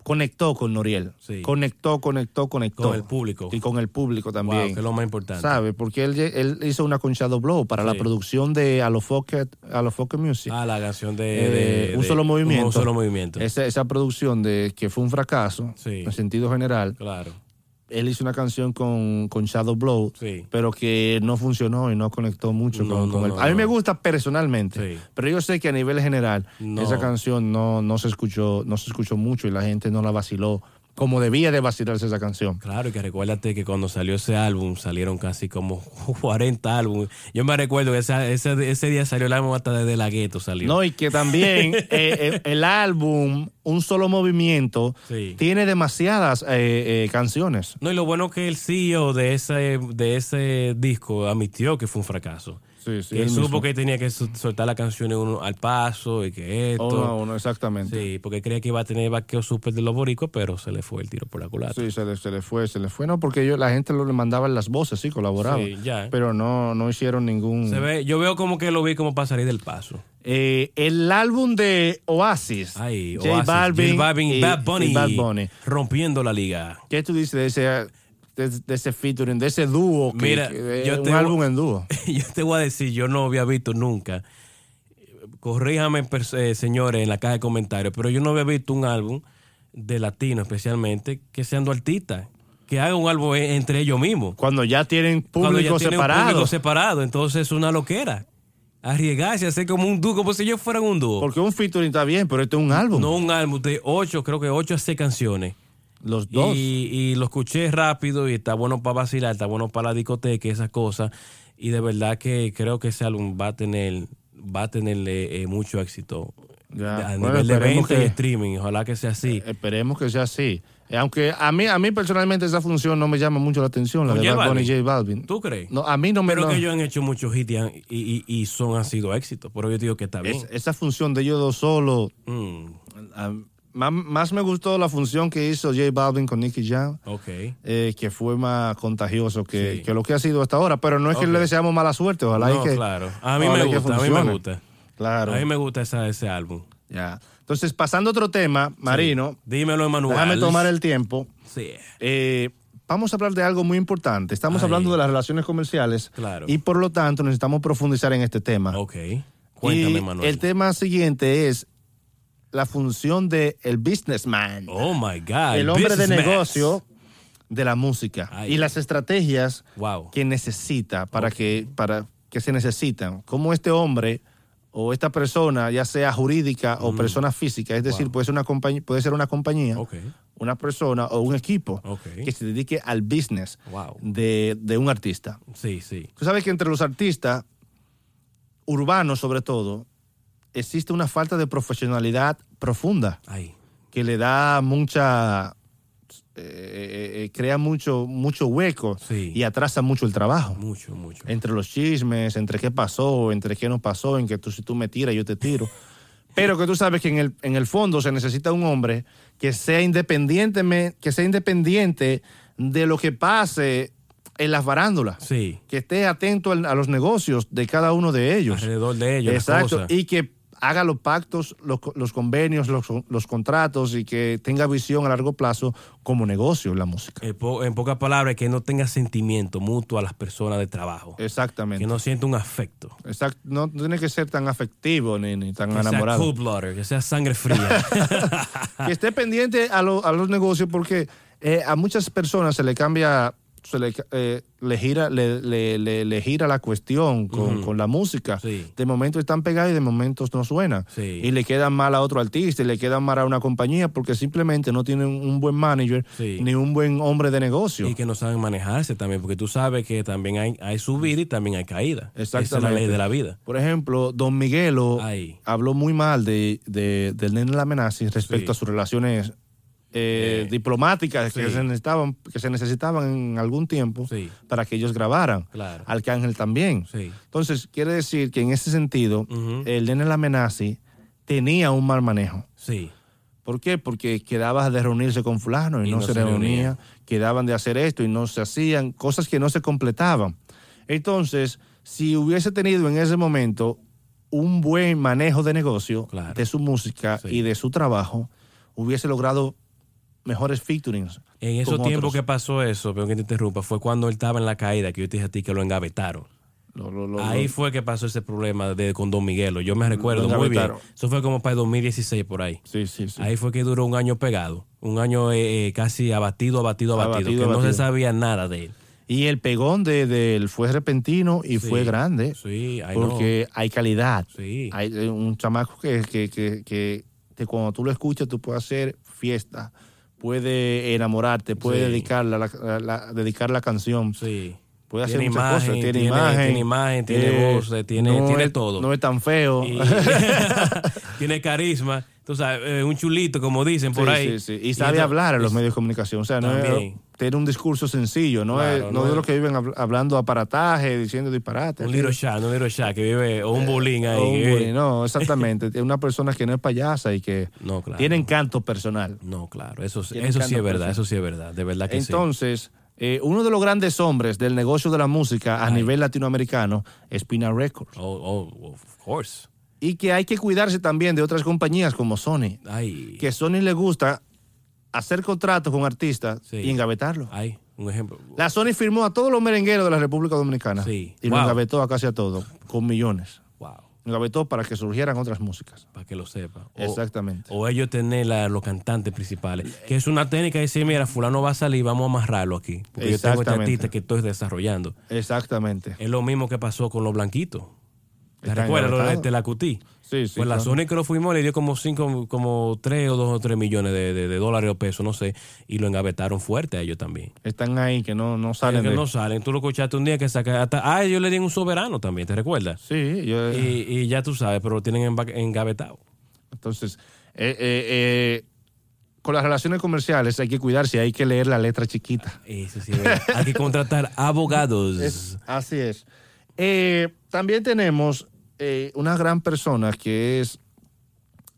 S1: conectó con Noriel.
S2: Sí.
S1: Conectó, conectó, conectó.
S2: Con el público.
S1: Y con el público
S2: Wow,
S1: también.
S2: que es lo más importante.
S1: ¿Sabe? Porque él, él hizo una con Shadow Blow para la
S2: Sí.
S1: producción de A los Focus a los Focus Music.
S2: Ah, la canción de,
S1: Eh,
S2: de-
S1: un
S2: de-
S1: solo movimiento.
S2: Un solo movimiento.
S1: Esa, esa producción de que fue un fracaso
S2: Sí.
S1: en sentido general.
S2: Claro.
S1: Él hizo una canción con, con Shadow Blow,
S2: Sí.
S1: pero que no funcionó y no conectó mucho
S2: No,
S1: con,
S2: no,
S1: con él.
S2: no,
S1: a mí
S2: no.
S1: me gusta personalmente,
S2: Sí.
S1: pero yo sé que a nivel general
S2: No.
S1: esa canción no, no se escuchó, no se escuchó mucho y la gente no la vaciló como debía de vacilarse esa canción.
S2: Claro, y que recuérdate que cuando salió ese álbum salieron casi como [laughs] 40 álbumes. Yo me recuerdo que esa- ese, ese día salió el álbum hasta desde la gueto salió.
S1: No, y que también
S2: [laughs]
S1: eh, eh, el álbum, un solo movimiento,
S2: Sí.
S1: tiene demasiadas eh, eh, canciones.
S2: No, y lo bueno que el CEO de ese, de ese disco admitió que fue un fracaso.
S1: Sí, sí,
S2: Que
S1: él
S2: él supo
S1: mismo.
S2: que tenía que su- soltar las canciones uno al paso y que esto.
S1: Uno a uno, Oh, exactamente.
S2: Sí, porque creía que iba a tener vaqueo súper de los boricuas, pero se le fue el tiro por la culata.
S1: Sí, se le, se le fue, se le fue. No, porque ellos, la gente lo, le mandaban las voces, sí, colaboraban.
S2: Sí, ya. ¿eh?
S1: Pero no, no hicieron ningún...
S2: Se ve, yo veo como que lo vi como para salir del paso.
S1: Eh, el álbum de Oasis.
S2: Ay,
S1: J
S2: Oasis,
S1: Balvin,
S2: J Balvin,
S1: y-
S2: Bad, Bunny,
S1: y Bad Bunny.
S2: rompiendo la liga. [laughs]
S1: ¿Qué tú dices de ese, de, de ese featuring, de ese dúo? que-
S2: Mira,
S1: que-
S2: yo
S1: un
S2: te-
S1: álbum en dúo.
S2: yo te voy a decir, yo no había visto nunca. Corríjame, pers- eh, señores, en la caja de comentarios, pero yo no había visto un álbum de latino especialmente que sean dos artistas, que hagan un álbum e- entre ellos mismos.
S1: Cuando ya tienen
S2: Cuando ya
S1: público
S2: tienen un
S1: separado.
S2: público separado, entonces es una loquera. Arriesgarse, hacer como un dúo, como si ellos fueran un dúo.
S1: porque un featuring está bien, pero este es un álbum.
S2: No un álbum de ocho, creo que ocho a seis canciones.
S1: Los
S2: Y,
S1: dos.
S2: y lo escuché rápido y está bueno para vacilar, está bueno para la discoteca, y esas cosas. Y de verdad que creo que ese álbum va a tener, va a tener eh, eh, mucho éxito.
S1: Ya.
S2: A
S1: Bueno,
S2: nivel de
S1: esperemos
S2: venta y
S1: que-
S2: streaming, ojalá que sea así.
S1: Esperemos que sea así. Eh, Aunque a mí, a mí personalmente esa función no me llama mucho la atención, la
S2: Con
S1: de
S2: J
S1: Bad Bunny y
S2: Balvin.
S1: J Balvin.
S2: ¿Tú crees?
S1: No, a mí no me
S2: pero
S1: no-
S2: que ellos han hecho muchos hits y, han- y- y- y son han sido éxitos. Pero yo te digo que está bien.
S1: Es- esa función de ellos dos solo.
S2: Mm,
S1: ah, más, más me gustó la función que hizo J Balvin con Nicky Jam.
S2: ok.
S1: eh, que fue más contagioso que,
S2: Sí.
S1: que lo que ha sido hasta ahora. Pero no es
S2: Ok.
S1: que le deseamos mala suerte, ojalá
S2: No,
S1: y que.
S2: claro. A mí
S1: ojalá
S2: me
S1: y que
S2: gusta, a mí me
S1: funcione.
S2: gusta.
S1: Claro.
S2: A mí me gusta esa- ese álbum.
S1: Ya. Entonces, pasando a otro tema, Marino,
S2: Dímelo, Emanuel.
S1: déjame tomar el tiempo.
S2: Sí.
S1: Eh, vamos a hablar de algo muy importante. Estamos
S2: Ay.
S1: hablando de las relaciones comerciales
S2: Claro.
S1: y por lo tanto necesitamos profundizar en este tema.
S2: Ok. Cuéntame,
S1: Y
S2: Emanuel.
S1: El tema siguiente es la función del el businessman,
S2: Oh my God.
S1: el hombre de
S2: businessman.
S1: negocio de la música
S2: Ay.
S1: y las estrategias
S2: Wow.
S1: que necesita para que para que se necesitan. Como este hombre o esta persona, ya sea jurídica o persona física, es decir,
S2: Mm. Wow.
S1: puede ser una compañía, puede ser una compañía,
S2: Ok.
S1: una persona o un equipo
S2: Ok.
S1: que se dedique al business
S2: Wow.
S1: de, de un artista.
S2: Sí, sí.
S1: Tú sabes que entre los artistas urbanos, sobre todo, existe una falta de profesionalidad profunda
S2: Ay.
S1: que le da mucha eh, eh, eh, crea mucho mucho hueco
S2: Sí.
S1: y atrasa mucho el trabajo
S2: Mucho, mucho.
S1: entre los chismes, entre qué pasó, entre qué no pasó, en que tú si tú me tiras, yo te tiro. Pero que tú sabes que en el, en el fondo se necesita un hombre que sea independiente, me- que sea independiente de lo que pase en las farándulas,
S2: Sí.
S1: que esté atento al- a los negocios de cada uno de ellos.
S2: Alrededor de ellos. las
S1: Exacto,
S2: cosas.
S1: y que haga los pactos, los, co- los convenios, los, los contratos y que tenga visión a largo plazo como negocio en la música.
S2: En, po- en pocas palabras, que no tenga sentimiento mutuo a las personas de trabajo.
S1: Exactamente.
S2: Que no sienta un afecto.
S1: Exacto, no tiene que ser tan afectivo ni, ni tan
S2: Que sea
S1: enamorado.
S2: cold blooded, que sea sangre fría.
S1: [laughs] Que esté pendiente a, lo- a los negocios porque eh, a muchas personas se le cambia, se le, ca- eh, le gira, le, le- le- le gira la cuestión con, con la música.
S2: Sí.
S1: De momento están pegadas y de momentos no suenan.
S2: Sí.
S1: Y le quedan mal a otro artista y le quedan mal a una compañía porque simplemente no tienen un buen manager
S2: Sí.
S1: ni un buen hombre de negocio.
S2: y que no saben manejarse también, porque tú sabes que también hay, hay subida y también hay caída. Esa es la
S1: Exactamente.
S2: ley de la vida.
S1: Por ejemplo, Don Miguelo
S2: Ay.
S1: habló muy mal de, de, del nene la amenaza respecto
S2: Sí.
S1: a sus relaciones eh,
S2: Eh,
S1: diplomáticas que,
S2: sí.
S1: se necesitaban, que se necesitaban en algún tiempo
S2: Sí.
S1: para que ellos grabaran.
S2: Claro.
S1: Arcángel también.
S2: Sí.
S1: Entonces, quiere decir que en ese sentido,
S2: Ujú.
S1: el nene la amenaza tenía un mal manejo.
S2: Sí.
S1: ¿Por qué? Porque quedabas de reunirse con fulano y, no, se, reunía, quedaban de hacer esto y no se hacían, cosas que no se completaban. Entonces, si hubiese tenido en ese momento un buen manejo de negocio,
S2: Claro.
S1: de su música
S2: Sí.
S1: y de su trabajo, hubiese logrado mejores featurings.
S2: En esos
S1: con
S2: tiempos
S1: otros.
S2: que pasó eso, pero que te interrumpa, fue cuando él estaba en la caída, que yo te dije a ti que lo engavetaron.
S1: Lo- lo- lo-
S2: Ahí
S1: lo-
S2: fue que pasó ese problema de, con Don Miguelo. Yo me recuerdo muy bien.
S1: engavetaron.
S2: Eso fue como para el 2016 por ahí.
S1: sí, sí, sí.
S2: Ahí fue que duró un año pegado. Un año eh, eh, casi abatido, abatido, abatido.
S1: Abatido,
S2: que no
S1: abatido.
S2: se sabía nada de él.
S1: Y el pegón de, de él fue repentino y
S2: Sí.
S1: fue grande.
S2: Sí, ahí no.
S1: porque hay calidad.
S2: Sí.
S1: Hay eh, un chamaco que, que, que, que- que cuando tú lo escuchas, tú puedes hacer fiesta, puede enamorarte, puede
S2: Sí.
S1: dedicar, la, la- la- dedicar la canción.
S2: Sí.
S1: Puede hacer
S2: Tiene
S1: muchas
S2: imagen,
S1: cosas. Tiene,
S2: tiene-
S1: imagen.
S2: tiene imagen, tiene voz, tiene- tiene
S1: es-
S2: todo.
S1: No es tan feo. [laughs]
S2: Y- [laughs] tiene carisma. Tú sabes, eh, un chulito, como dicen por
S1: Sí,
S2: ahí.
S1: sí, sí. Y sabe
S2: eso-
S1: hablar en los
S2: es-
S1: medios de comunicación. O sea, no es-
S2: También.
S1: tiene un discurso sencillo. No,
S2: Claro,
S1: es, no,
S2: no
S1: es de
S2: es-
S1: los que viven hab- hablando aparataje, diciendo disparates.
S2: Un Little Shah, no un Little Shah, que vive, o un Bolín ahí. eh,
S1: Oh,
S2: que vive-
S1: güey, no,
S2: [laughs]
S1: exactamente. Es una persona que no es payasa y que
S2: No, claro.
S1: tiene encanto personal.
S2: No, claro, eso, sí-
S1: Tiene
S2: eso sí
S1: encanto
S2: es verdad,
S1: personal.
S2: eso sí es verdad, de verdad que
S1: Entonces, eh, uno de los grandes hombres del negocio de la música a nivel latinoamericano es Pina Records.
S2: sí. Oh, oh, of course.
S1: Y que hay que cuidarse también de otras compañías como Sony,
S2: Ay,
S1: que a Sony le gusta hacer contratos con artistas
S2: Sí. Ah,
S1: y engavetarlos.
S2: ay, un ejemplo.
S1: La Sony firmó a todos los merengueros de la República Dominicana
S2: Sí.
S1: y
S2: Wow.
S1: lo engavetó a casi a todos, con millones.
S2: Wow,
S1: Engavetó para que surgieran otras músicas.
S2: para que lo sepa. O-
S1: Exactamente.
S2: O ellos tener la- los cantantes principales, que es una técnica de decir, mira, fulano va a salir, vamos a amarrarlo aquí. Porque yo tengo este
S1: Exactamente.
S2: artista que estoy desarrollando.
S1: Exactamente.
S2: Es lo mismo que pasó con los blanquitos. ¿Te
S1: Están
S2: recuerdas lo de
S1: engavetados.
S2: Telacutí?
S1: Sí, sí,
S2: Pues la
S1: claro.
S2: Sony que lo fuimos le dio como cinco, como 3 o 2 o 3 millones de, de- de dólares o pesos, no sé. Y lo engavetaron fuerte a ellos también.
S1: Están ahí que no, no salen
S2: que
S1: de...
S2: no salen. Tú lo escuchaste un día que saca hasta. Ah, ellos le dieron un soberano también, ¿te recuerdas?
S1: Sí, yo...
S2: Y, y ya tú sabes, pero lo tienen enva- engavetado.
S1: Entonces, eh, eh, eh, con las relaciones comerciales hay que cuidarse, hay que leer la letra chiquita.
S2: Eso sí, ¿verdad?
S1: [laughs]
S2: hay que contratar abogados.
S1: Es- así es. Eh, también tenemos eh, una gran persona que es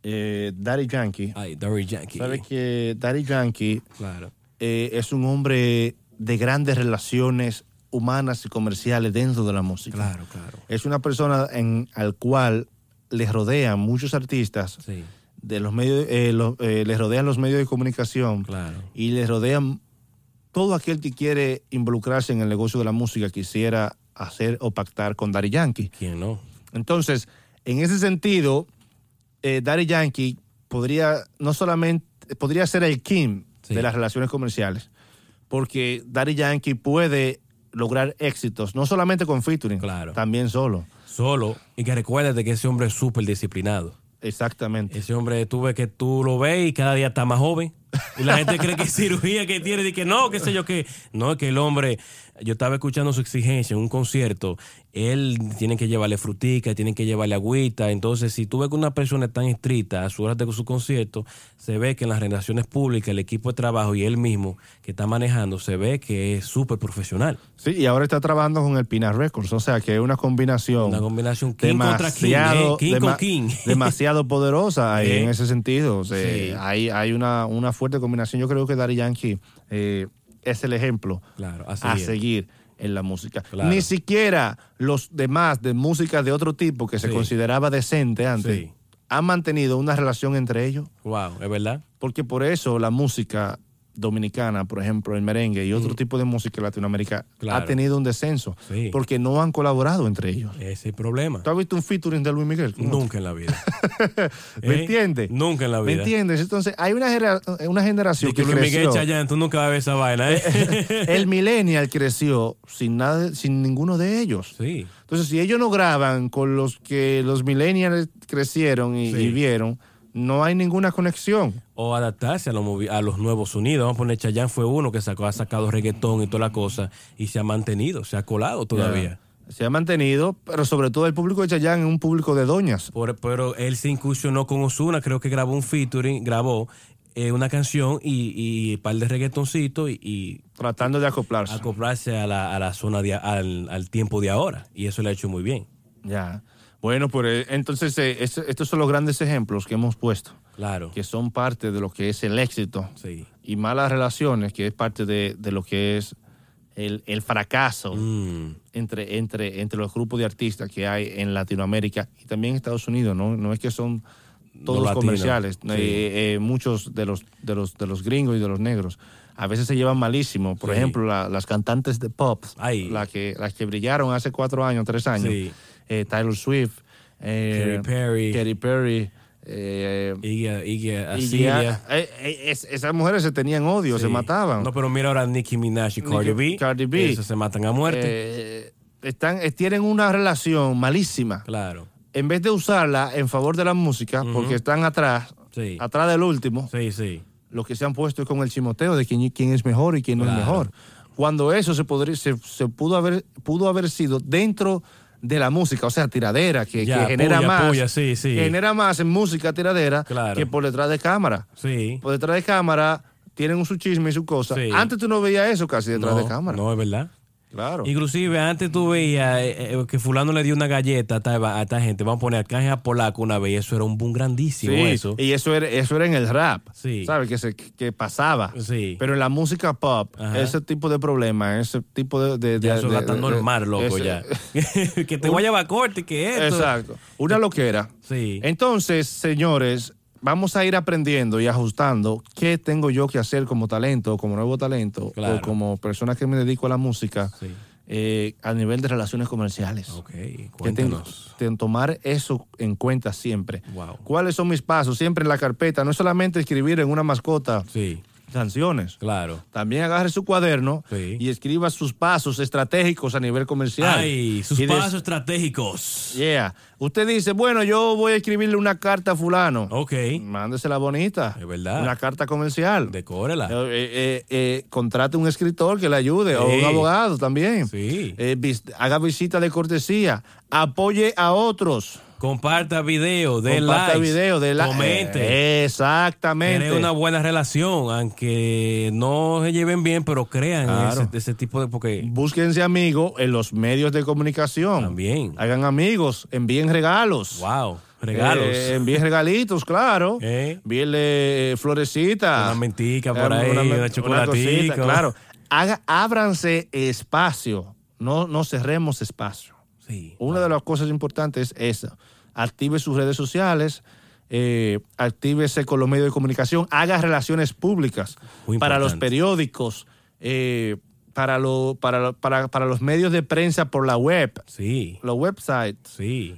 S1: eh, Daddy Yankee.
S2: Ay, Dory Yankee.
S1: Sabes que Daddy Yankee
S2: Claro.
S1: eh, es un hombre de grandes relaciones humanas y comerciales dentro de la música.
S2: Claro, claro.
S1: Es una persona en, al cual les rodean muchos artistas
S2: Sí,
S1: de los medios, eh, lo- eh, les rodean los medios de comunicación
S2: claro.
S1: y les rodean todo aquel que quiere involucrarse en el negocio de la música quisiera hacer o pactar con Daddy Yankee.
S2: ¿Quién no?
S1: Entonces, en ese sentido, eh, Daddy Yankee podría no solamente eh, podría ser el Kim
S2: Sí.
S1: de las relaciones comerciales, porque Daddy Yankee puede lograr éxitos no solamente con featuring,
S2: Claro.
S1: también solo.
S2: Solo. Y que recuérdate que ese hombre es súper disciplinado.
S1: Exactamente.
S2: Ese hombre, tú ves que tú lo ves y cada día está más joven. Y la gente cree que es cirugía que tiene, y que no, qué sé yo qué. No, es que el hombre, yo estaba escuchando su exigencia en un concierto. Él tiene que llevarle frutica, tiene que llevarle agüita. Entonces, si tú ves que una persona es tan estricta a su hora de su concierto, se ve que en las relaciones públicas, el equipo de trabajo y él mismo que está manejando, se ve que es súper profesional.
S1: Sí, y ahora está trabajando con el Pinar Records, o sea que es una combinación,
S2: Una combinación king contra king,
S1: demasiado,
S2: eh, king con
S1: dema-
S2: king. [laughs]
S1: demasiado poderosa ahí
S2: Eh.
S1: en ese sentido. O sea,
S2: Sí.
S1: Hay, hay una, una fuerte combinación. Yo creo que Daddy Yankee eh, es el ejemplo
S2: Claro,
S1: a
S2: así es.
S1: seguir en la música.
S2: Claro.
S1: Ni siquiera los demás de música de otro tipo que se
S2: Sí.
S1: consideraba decente antes
S2: Sí.
S1: han mantenido una relación entre ellos.
S2: Wow, es verdad.
S1: Porque por eso la música dominicana, por ejemplo, el merengue y otro tipo de música en Latinoamérica
S2: Claro.
S1: ha tenido un descenso.
S2: Sí.
S1: Porque no han colaborado entre ellos.
S2: Ese es el problema.
S1: ¿Tú has visto un featuring de Luis Miguel?
S2: Nunca en la vida.
S1: ¿Me
S2: ¿Eh?
S1: entiendes?
S2: Nunca en la
S1: ¿Me
S2: vida.
S1: entiendes? Entonces, hay una, gera- una generación
S2: Di que
S1: que
S2: Luis Miguel
S1: creció.
S2: [laughs] Chayanne, tú nunca vas a ver esa vaina, ¿eh?
S1: [laughs] El millennial creció sin nada, sin ninguno de ellos.
S2: sí.
S1: Entonces, si ellos no graban con los que los millennials crecieron y,
S2: Sí.
S1: y vieron, no hay ninguna conexión.
S2: O adaptarse a los, movi- a los nuevos sonidos. Vamos a poner, Chayanne fue uno que sacó, ha sacado reggaetón y toda la cosa y se ha mantenido, se ha colado todavía.
S1: Se ha mantenido, pero sobre todo el público de Chayanne es un público de doñas.
S2: Por- pero él se incursionó con Osuna, creo que grabó un featuring, grabó eh, una canción y, y un par de reggaetoncitos y, y
S1: Tratando de acoplarse.
S2: acoplarse a la, a la zona, de, al, al tiempo de ahora. Y eso le ha hecho muy bien.
S1: ya. Bueno, pues eh, entonces eh, es- estos son los grandes ejemplos que hemos puesto,
S2: Claro.
S1: que son parte de lo que es el éxito
S2: Sí.
S1: y malas relaciones, que es parte de, de lo que es el, el fracaso
S2: Mm.
S1: entre, entre, entre los grupos de artistas que hay en Latinoamérica y también en Estados Unidos, ¿no? No es que son todos
S2: Los latinos,
S1: comerciales,
S2: sí.
S1: eh, eh, muchos de los, de, los, de los gringos y de los negros. A veces se llevan malísimo. Por
S2: Sí.
S1: ejemplo, la- las cantantes de pop,
S2: Ay.
S1: la que, las que brillaron hace cuatro años, tres años.
S2: Sí.
S1: Eh, Taylor Swift, eh,
S2: Katy Perry.
S1: Katy Perry, eh,
S2: Iggy, Iggy
S1: y
S2: Azalea.
S1: ya- eh, eh, es- esas mujeres se tenían odio, se
S2: Sí.
S1: mataban.
S2: No, pero mira ahora Nicki Minaj y Cardi B.
S1: Cardi B.
S2: Esos se matan a muerte.
S1: Eh, están, eh, tienen una relación malísima.
S2: claro.
S1: En vez de usarla en favor de la música, porque están atrás,
S2: Sí.
S1: atrás del último,
S2: Sí, sí.
S1: lo que se han puesto es con el chimoteo de quién, quién es mejor y quién no
S2: Claro.
S1: es mejor. Cuando eso se, podría, se, se pudo, haber, pudo haber sido dentro de la música, o sea, tiradera, que,
S2: Ya,
S1: que genera
S2: puya,
S1: más.
S2: puya, sí, sí.
S1: que genera más en música tiradera
S2: Claro.
S1: que por detrás de cámara.
S2: Sí.
S1: Por detrás de cámara tienen su chisme y su cosa.
S2: Sí.
S1: Antes tú no veías eso casi detrás
S2: no,
S1: de cámara.
S2: No, es verdad.
S1: Claro.
S2: Inclusive antes tú veías eh, eh, que fulano le dio una galleta a esta, a esta gente. Vamos a poner Arcángel a Polaco una vez. y Eso era un boom grandísimo
S1: Sí,
S2: eso.
S1: Y eso era, eso era en el rap,
S2: Sí.
S1: ¿sabes? Que, se, que pasaba.
S2: Sí.
S1: Pero en la música pop,
S2: Ajá.
S1: ese tipo de problemas, ese tipo de... de,
S2: Ya
S1: de-
S2: eso
S1: de-
S2: está
S1: de-
S2: tan normal, loco,
S1: ese-
S2: ya. [laughs] que te voy a llevar corte, que esto.
S1: Exacto. Una loquera.
S2: Sí.
S1: Entonces, señores, vamos a ir aprendiendo y ajustando qué tengo yo que hacer como talento, como nuevo talento,
S2: Claro.
S1: o como persona que me dedico a la música,
S2: Sí.
S1: eh, a nivel de relaciones comerciales.
S2: Ok,
S1: que tengo
S2: cuéntanos.
S1: ten- tomar eso en cuenta siempre.
S2: Wow.
S1: ¿Cuáles son mis pasos? Siempre en la carpeta. No es solamente escribir en una mascota
S2: Sí,
S1: canciones.
S2: claro.
S1: También agarre su cuaderno
S2: Sí.
S1: y escriba sus pasos estratégicos a nivel comercial.
S2: Ay, sus
S1: Y des-
S2: pasos estratégicos.
S1: Yeah. Usted dice, bueno, yo voy a escribirle una carta a fulano.
S2: Ok,
S1: Mándesela bonita.
S2: Es verdad.
S1: Una carta comercial.
S2: decórela.
S1: Eh, eh, eh, contrate un escritor que le ayude o
S2: Sí.
S1: un abogado también.
S2: Sí.
S1: Eh, vis- haga visita de cortesía. Apoye a otros.
S2: Comparta video, de
S1: Comparta
S2: likes,
S1: video, de la-
S2: comente.
S1: Eh, Exactamente.
S2: Tener una buena relación, aunque no se lleven bien, pero crean
S1: Claro.
S2: ese, ese tipo de... Porque
S1: Búsquense amigos en los medios de comunicación.
S2: también,
S1: Hagan amigos, envíen regalos.
S2: wow, regalos.
S1: Eh, envíen regalitos, claro.
S2: Eh.
S1: Envíenle eh, florecitas.
S2: Una mentica por
S1: Eh,
S2: ahí, una,
S1: men-
S2: chocolatica.
S1: cosita, claro. Haga, ábranse espacio. No, no cerremos espacio.
S2: Sí.
S1: Una de las cosas importantes es esa. Active sus redes sociales, eh, actívese con los medios de comunicación, haga relaciones públicas
S2: Muy
S1: para
S2: importante.
S1: los periódicos, eh, para, lo- para, lo- para- para los medios de prensa por la web,
S2: Sí,
S1: los websites.
S2: sí,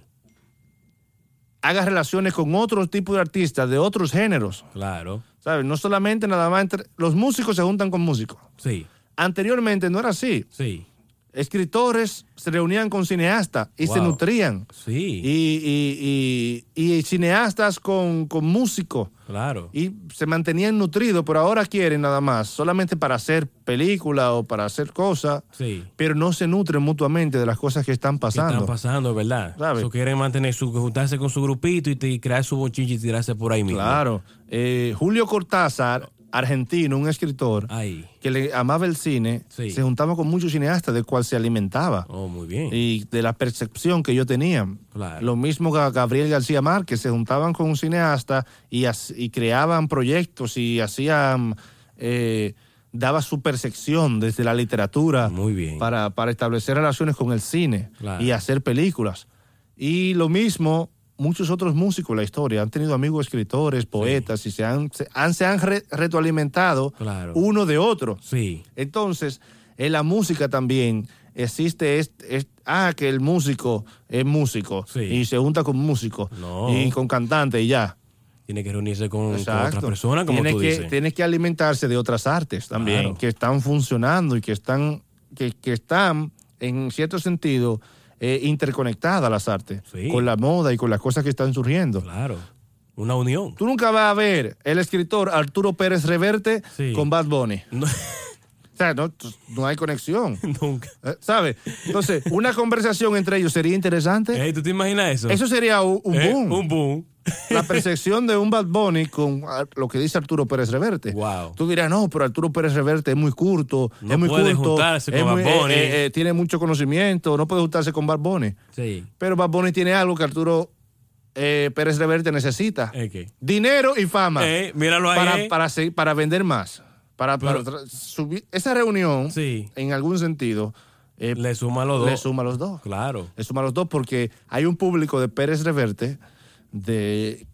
S1: Haga relaciones con otros tipos de artistas de otros géneros.
S2: claro.
S1: ¿sabes? No solamente nada más entre- los músicos se juntan con músicos.
S2: Sí,
S1: Anteriormente no era así.
S2: sí,
S1: Escritores se reunían con cineastas y se
S2: Wow.
S1: nutrían.
S2: sí,
S1: y, y- y- y cineastas con, con músicos
S2: claro.
S1: y se mantenían nutridos, pero ahora quieren nada más, solamente para hacer película o para hacer cosas,
S2: sí.
S1: pero no se nutren mutuamente de las cosas que están
S2: Que están
S1: pasando.
S2: pasando, ¿verdad?
S1: ¿Sabes?
S2: Eso quieren mantener su, juntarse con su grupito y, te- y crear su bochinche y tirarse por ahí mismo.
S1: claro. Eh, Julio Cortázar, argentino, un escritor
S2: Ahí.
S1: que le amaba el cine,
S2: Ah. Sí.
S1: se juntaba con muchos cineastas del cual se alimentaba.
S2: Oh, muy bien.
S1: y de la percepción que yo tenía.
S2: Claro.
S1: Lo mismo que Gabriel García Márquez, se juntaban con un cineasta y, hac- y creaban proyectos y hacían, eh, daba su percepción desde la literatura
S2: Muy bien.
S1: para, para establecer relaciones con el cine
S2: Claro.
S1: y hacer películas. Y lo mismo, muchos otros músicos en la historia han tenido amigos escritores, poetas, y se han, se han, se han re- retroalimentado
S2: Claro.
S1: uno de otro.
S2: Sí,
S1: Entonces, en la música también existe este, este- ah, que el músico es músico
S2: Sí.
S1: y se junta con músico
S2: No.
S1: y con cantante y ya.
S2: tiene que reunirse con, con otra
S1: Exacto.
S2: persona, como
S1: tienes
S2: tú
S1: que,
S2: dices.
S1: Tienes que alimentarse de otras artes también
S2: Claro.
S1: que están funcionando y que están, que, que están en cierto sentido, eh, interconectadas las artes
S2: Sí.
S1: con la moda y con las cosas que están surgiendo.
S2: Claro. Una unión.
S1: Tú nunca vas a ver el escritor Arturo Pérez Reverte
S2: Sí.
S1: con Bad Bunny.
S2: [laughs]
S1: O
S2: No,
S1: sea, no, no hay conexión.
S2: [laughs] nunca.
S1: Eh, ¿Sabes? Entonces, una conversación entre ellos sería interesante.
S2: Ey, ¿Tú te imaginas eso?
S1: Eso sería un, un
S2: Eh,
S1: boom.
S2: Un boom.
S1: La percepción de un Bad Bunny con ah, lo que dice Arturo Pérez Reverte.
S2: Wow.
S1: Tú dirás, no, pero Arturo Pérez Reverte es muy curto,
S2: No
S1: es muy
S2: puede
S1: culto,
S2: juntarse
S1: es
S2: con
S1: muy-
S2: Bad Bunny".
S1: eh, eh, eh, tiene mucho conocimiento, no puede juntarse con Bad Bunny.
S2: Sí.
S1: Pero Bad Bunny tiene algo que Arturo eh, Pérez Reverte necesita.
S2: ¿Eh, qué?
S1: Dinero y fama
S2: Eh, míralo ahí.
S1: para,
S2: eh.
S1: para, se- para vender más. Para, para tra- subir. Esa reunión,
S2: Sí.
S1: en algún sentido, eh,
S2: Le suma los dos.
S1: le suma a los dos.
S2: Claro.
S1: Le suma a los dos porque hay un público de Pérez Reverte de,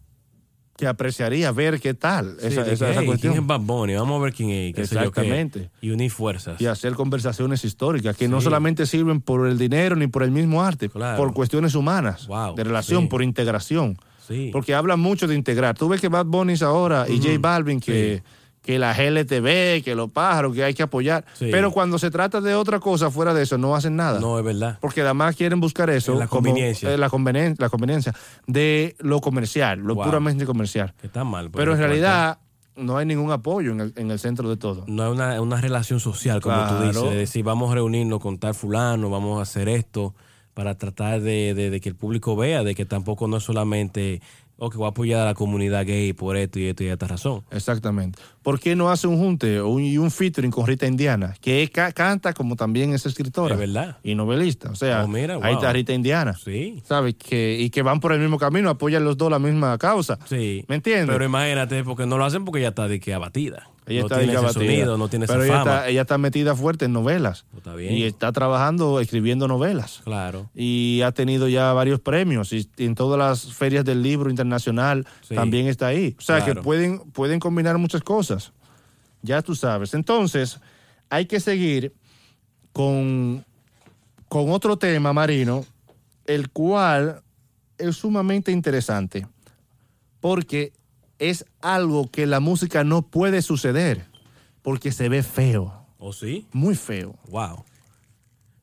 S1: que apreciaría ver qué tal
S2: Sí,
S1: esa,
S2: de
S1: esa- esa
S2: que, "Ey, ¿Quién es
S1: cuestión.
S2: Bad Bunny? Vamos a ver quién es. qué sé yo qué".
S1: Exactamente.
S2: Y unir fuerzas.
S1: Y hacer conversaciones históricas que no
S2: Sí.
S1: solamente sirven por el dinero ni por el mismo arte,
S2: Claro.
S1: por cuestiones humanas,
S2: Wow,
S1: de relación,
S2: sí.
S1: por integración.
S2: Sí.
S1: Porque hablan mucho de integrar. Tú ves que Bad Bunny es ahora y J Balvin que, que la GLTV, que los pájaros, que hay que apoyar.
S2: Sí.
S1: Pero cuando se trata de otra cosa fuera de eso, no hacen nada.
S2: No, es verdad.
S1: Porque además quieren buscar eso.
S2: La
S1: como,
S2: conveniencia.
S1: eh, la, convenen- la conveniencia de lo comercial, lo
S2: Wow.
S1: puramente comercial.
S2: Que está mal. pues,
S1: Pero en realidad no hay ningún apoyo en el, en el centro de todo.
S2: No es una, una relación social, como tú
S1: Claro.
S2: dices. Es decir, vamos a reunirnos con tal fulano, vamos a hacer esto para tratar de, de- de que el público vea de que tampoco no es solamente, oh, que voy a apoyar a la comunidad gay por esto y esto y esta razón.
S1: Exactamente. ¿Por qué no hace un junte o un, y un featuring con Rita Indiana? Que ca- canta como también es escritora.
S2: Es verdad.
S1: Y novelista. O sea,
S2: Oh, mira,
S1: ahí
S2: wow.
S1: está Rita Indiana.
S2: Sí,
S1: ¿Sabes? Que, y que van por el mismo camino, apoyan los dos la misma causa.
S2: sí.
S1: ¿Me entiendes?
S2: Pero imagínate, porque no lo hacen porque ya está de que abatida.
S1: Ella
S2: no
S1: está
S2: tiene
S1: ahí
S2: ese
S1: abatida.
S2: sonido, no tiene
S1: Pero
S2: esa
S1: ella
S2: fama.
S1: Está, ella está metida fuerte en novelas.
S2: Pues está bien.
S1: Y está trabajando escribiendo novelas.
S2: Claro.
S1: Y ha tenido ya varios premios. Y en todas las ferias del libro internacional
S2: Sí.
S1: también está ahí. O sea que
S2: Claro.
S1: pueden, pueden combinar muchas cosas. Ya tú sabes. Entonces, hay que seguir con, con otro tema, Marino, el cual es sumamente interesante. Porque es algo que la música no puede suceder. Porque se ve feo.
S2: ¿O sí?
S1: Muy feo.
S2: Wow.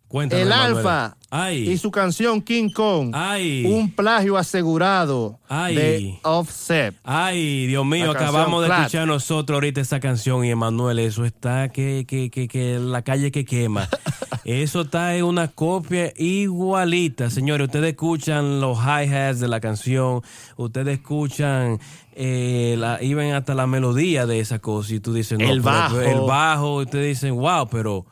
S2: Cuéntanos,
S1: El
S2: Manuel.
S1: Alfa
S2: Ay.
S1: y su canción King Kong.
S2: Ay.
S1: Un plagio asegurado
S2: Ay.
S1: de Offset.
S2: Ay, Dios mío,
S1: La canción
S2: acabamos de
S1: Plat. [laughs]
S2: escuchar nosotros ahorita esa canción y Emanuel, eso está que, que, que, que la calle que quema. Eso está en una copia igualita, señores. Ustedes escuchan los hi-hats de la canción, ustedes escuchan, eh, la, iban hasta la melodía de esa cosa y tú dices, no,
S1: El
S2: pero-
S1: bajo.
S2: el bajo, y ustedes dicen, wow, pero...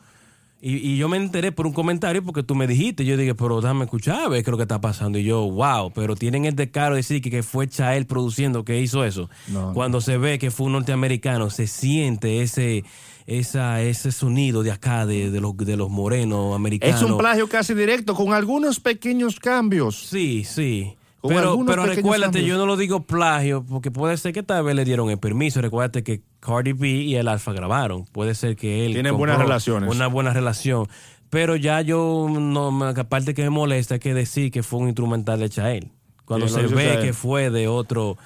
S2: Y, y yo me enteré por un comentario porque tú me dijiste, yo dije, pero dame escuchar, a ver qué es lo que está pasando. Y yo, wow, pero tienen este caro decir que, que fue Chael produciendo, que hizo eso.
S1: No.
S2: Cuando se ve que fue un norteamericano, se siente ese esa, ese sonido de acá, de, de los, de los morenos
S1: Es
S2: americanos.
S1: un plagio casi directo, con algunos pequeños cambios.
S2: Sí, sí.
S1: Con
S2: pero
S1: algunos
S2: pero
S1: pequeños
S2: recuérdate,
S1: cambios.
S2: yo no lo digo plagio, porque puede ser que tal vez le dieron el permiso. Recuérdate que Cardi B y el Alfa grabaron. Puede ser que él.
S1: Tienen
S2: compró
S1: buenas relaciones.
S2: Una buena relación. Pero ya yo, no, me- aparte que me molesta, hay que decir que fue un instrumental de Chael. Cuando
S1: Sí, lo
S2: se
S1: hizo
S2: ve
S1: Chael.
S2: que fue de otro,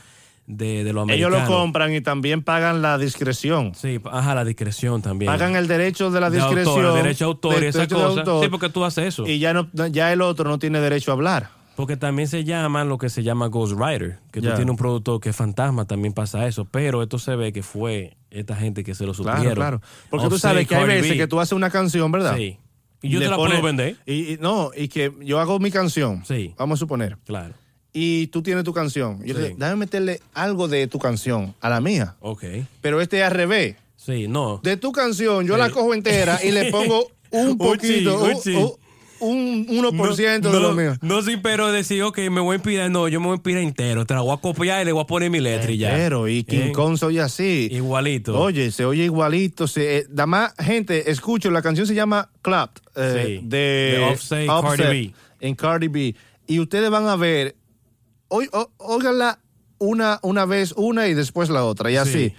S2: de, de los
S1: Ellos
S2: americanos.
S1: lo compran y también pagan la discreción.
S2: Sí, ajá, la discreción también.
S1: Pagan el derecho de la
S2: De
S1: discreción.
S2: autor, derecho a autor y
S1: de-
S2: esas
S1: derecho de
S2: cosas.
S1: autor,
S2: Sí, porque tú haces eso.
S1: Y ya, no, ya el otro no tiene derecho a hablar.
S2: Porque también se llama lo que se llama ghostwriter, que
S1: Ya.
S2: tú tienes un productor que es fantasma, también pasa eso, pero esto se ve que fue esta gente que se lo supieron.
S1: Claro, claro. Porque tú
S2: Offset,
S1: sabes que hay
S2: Cardi
S1: veces
S2: B.
S1: que tú haces una canción, ¿verdad?
S2: Sí. Y yo
S1: le
S2: te la
S1: pones-
S2: puedo vender.
S1: Y, y- no, y que yo hago mi canción.
S2: Sí.
S1: Vamos a suponer.
S2: Claro.
S1: Y tú tienes tu canción. Y yo
S2: Sí.
S1: te digo, dame meterle algo de tu canción a la mía.
S2: Ok.
S1: Pero este es al revés.
S2: Sí, no.
S1: De tu canción, yo la cojo entera y le
S2: [laughs]
S1: pongo un
S2: Un
S1: poquito, un,
S2: chin,
S1: un, un 1%
S2: no,
S1: de lo
S2: no,
S1: mío.
S2: No, sí, pero decir, ok, me voy a inspirar. No, yo me voy a inspirar entero. Te la voy a copiar y le voy a poner mi letra y ya.
S1: Pero, y King
S2: ¿Eh?
S1: Kong se oye así.
S2: Igualito.
S1: Oye, se oye igualito. Se, eh, da más gente, escucho, la canción se llama Clapped eh,
S2: Sí,
S1: de,
S2: de Offset, Cardi B.
S1: En Cardi B. Y ustedes van a ver, oí- o- óiganla una, una vez una y después la otra, y así.